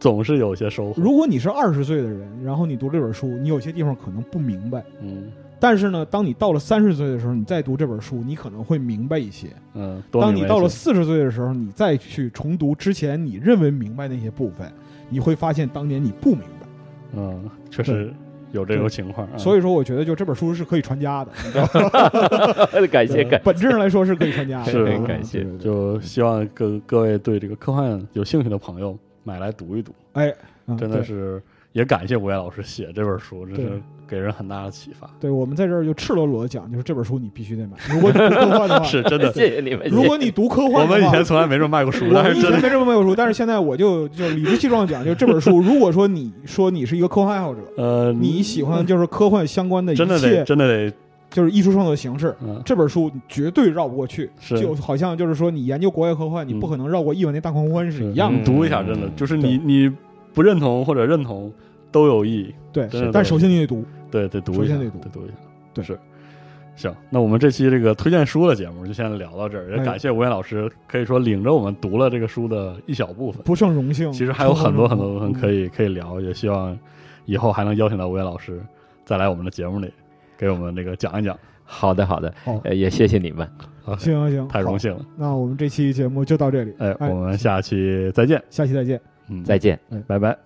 A: 总是有些收获。
B: 如果你是二十岁的人，然后你读这本书，你有些地方可能不明白。
A: 嗯
B: 但是呢，当你到了三十岁的时候，你再读这本书，你可能会明白一些。
A: 嗯，多
B: 当
A: 明
B: 你
A: 白
B: 到
A: 一
B: 了
A: 些
B: 四十岁的时候，你再去重读之前你认为明白那些部分，你会发现当年你不明白。
A: 嗯，确实有这种情况。啊
B: 所
A: 以
B: 以说，我觉得就这本书是可以传家的，
C: 感谢感
B: 本质上来说是可以传家的。
A: 是
B: 啊
C: 感谢
B: 对对对
A: 就希望各各位对这个科幻有兴趣的朋友买来读一读，
B: 哎，嗯
A: 真
B: 对
A: 的是也感谢吴岩老师写这本书，真
B: 对
A: 是给人很大的启 发。
B: 对，我们在这儿就赤裸裸的讲，就是这本书你必须得买。如果你读科幻的话，
A: 是真的，
C: 谢谢你们。
B: 如果你读科
A: 我
B: 幻的话，
A: 们以前从来没这么卖过书，
B: 我
A: 但
B: 们
A: 是
B: 以
A: 真
B: 前
A: 的
B: 没这么没有书，但是现在我就就理直气壮地讲，就这本书，如果说你说你是一个科幻爱好者，
A: 呃，
B: 你喜欢就是科幻相关的一
A: 真的得
B: 切，
A: 真的得
B: 就是艺术创作形式。
A: 嗯
B: 这本书你绝对绕不过去，
A: 是
B: 就好像就是说，你研究国外科幻，你
A: 嗯
B: 不可能绕过译文那大狂欢是一样
A: 你
B: 的。
A: 嗯读一下，真的就是你你不认同或者认同都有意义。
B: 对
A: 真的，
B: 但首先你得读，
A: 对，得读
B: 首
A: 一下，
B: 先得读
A: 读一下，
B: 对
A: 是。行，那我们这期这个推荐书的节目就先聊到这儿，也
B: 哎
A: 感谢吴岩老师，可以说领着我们读了这个书的一小部分，
B: 不胜荣幸。
A: 其实还有很多
B: 承
A: 很
B: 蒙
A: 多部分可以可以聊，也希望以后还能邀请到吴岩老师再来我们的节目里给我们这个讲一讲，
C: 好的好的
B: 好，嗯
C: 呃也谢谢你们，
B: 行行行，
A: 太荣
B: 好。
A: 幸了。
B: 那我们这期节目就到这里，
A: 哎哎，我们下期再见，
B: 哎下期再见。
A: 嗯，
C: 再见。
A: 拜拜。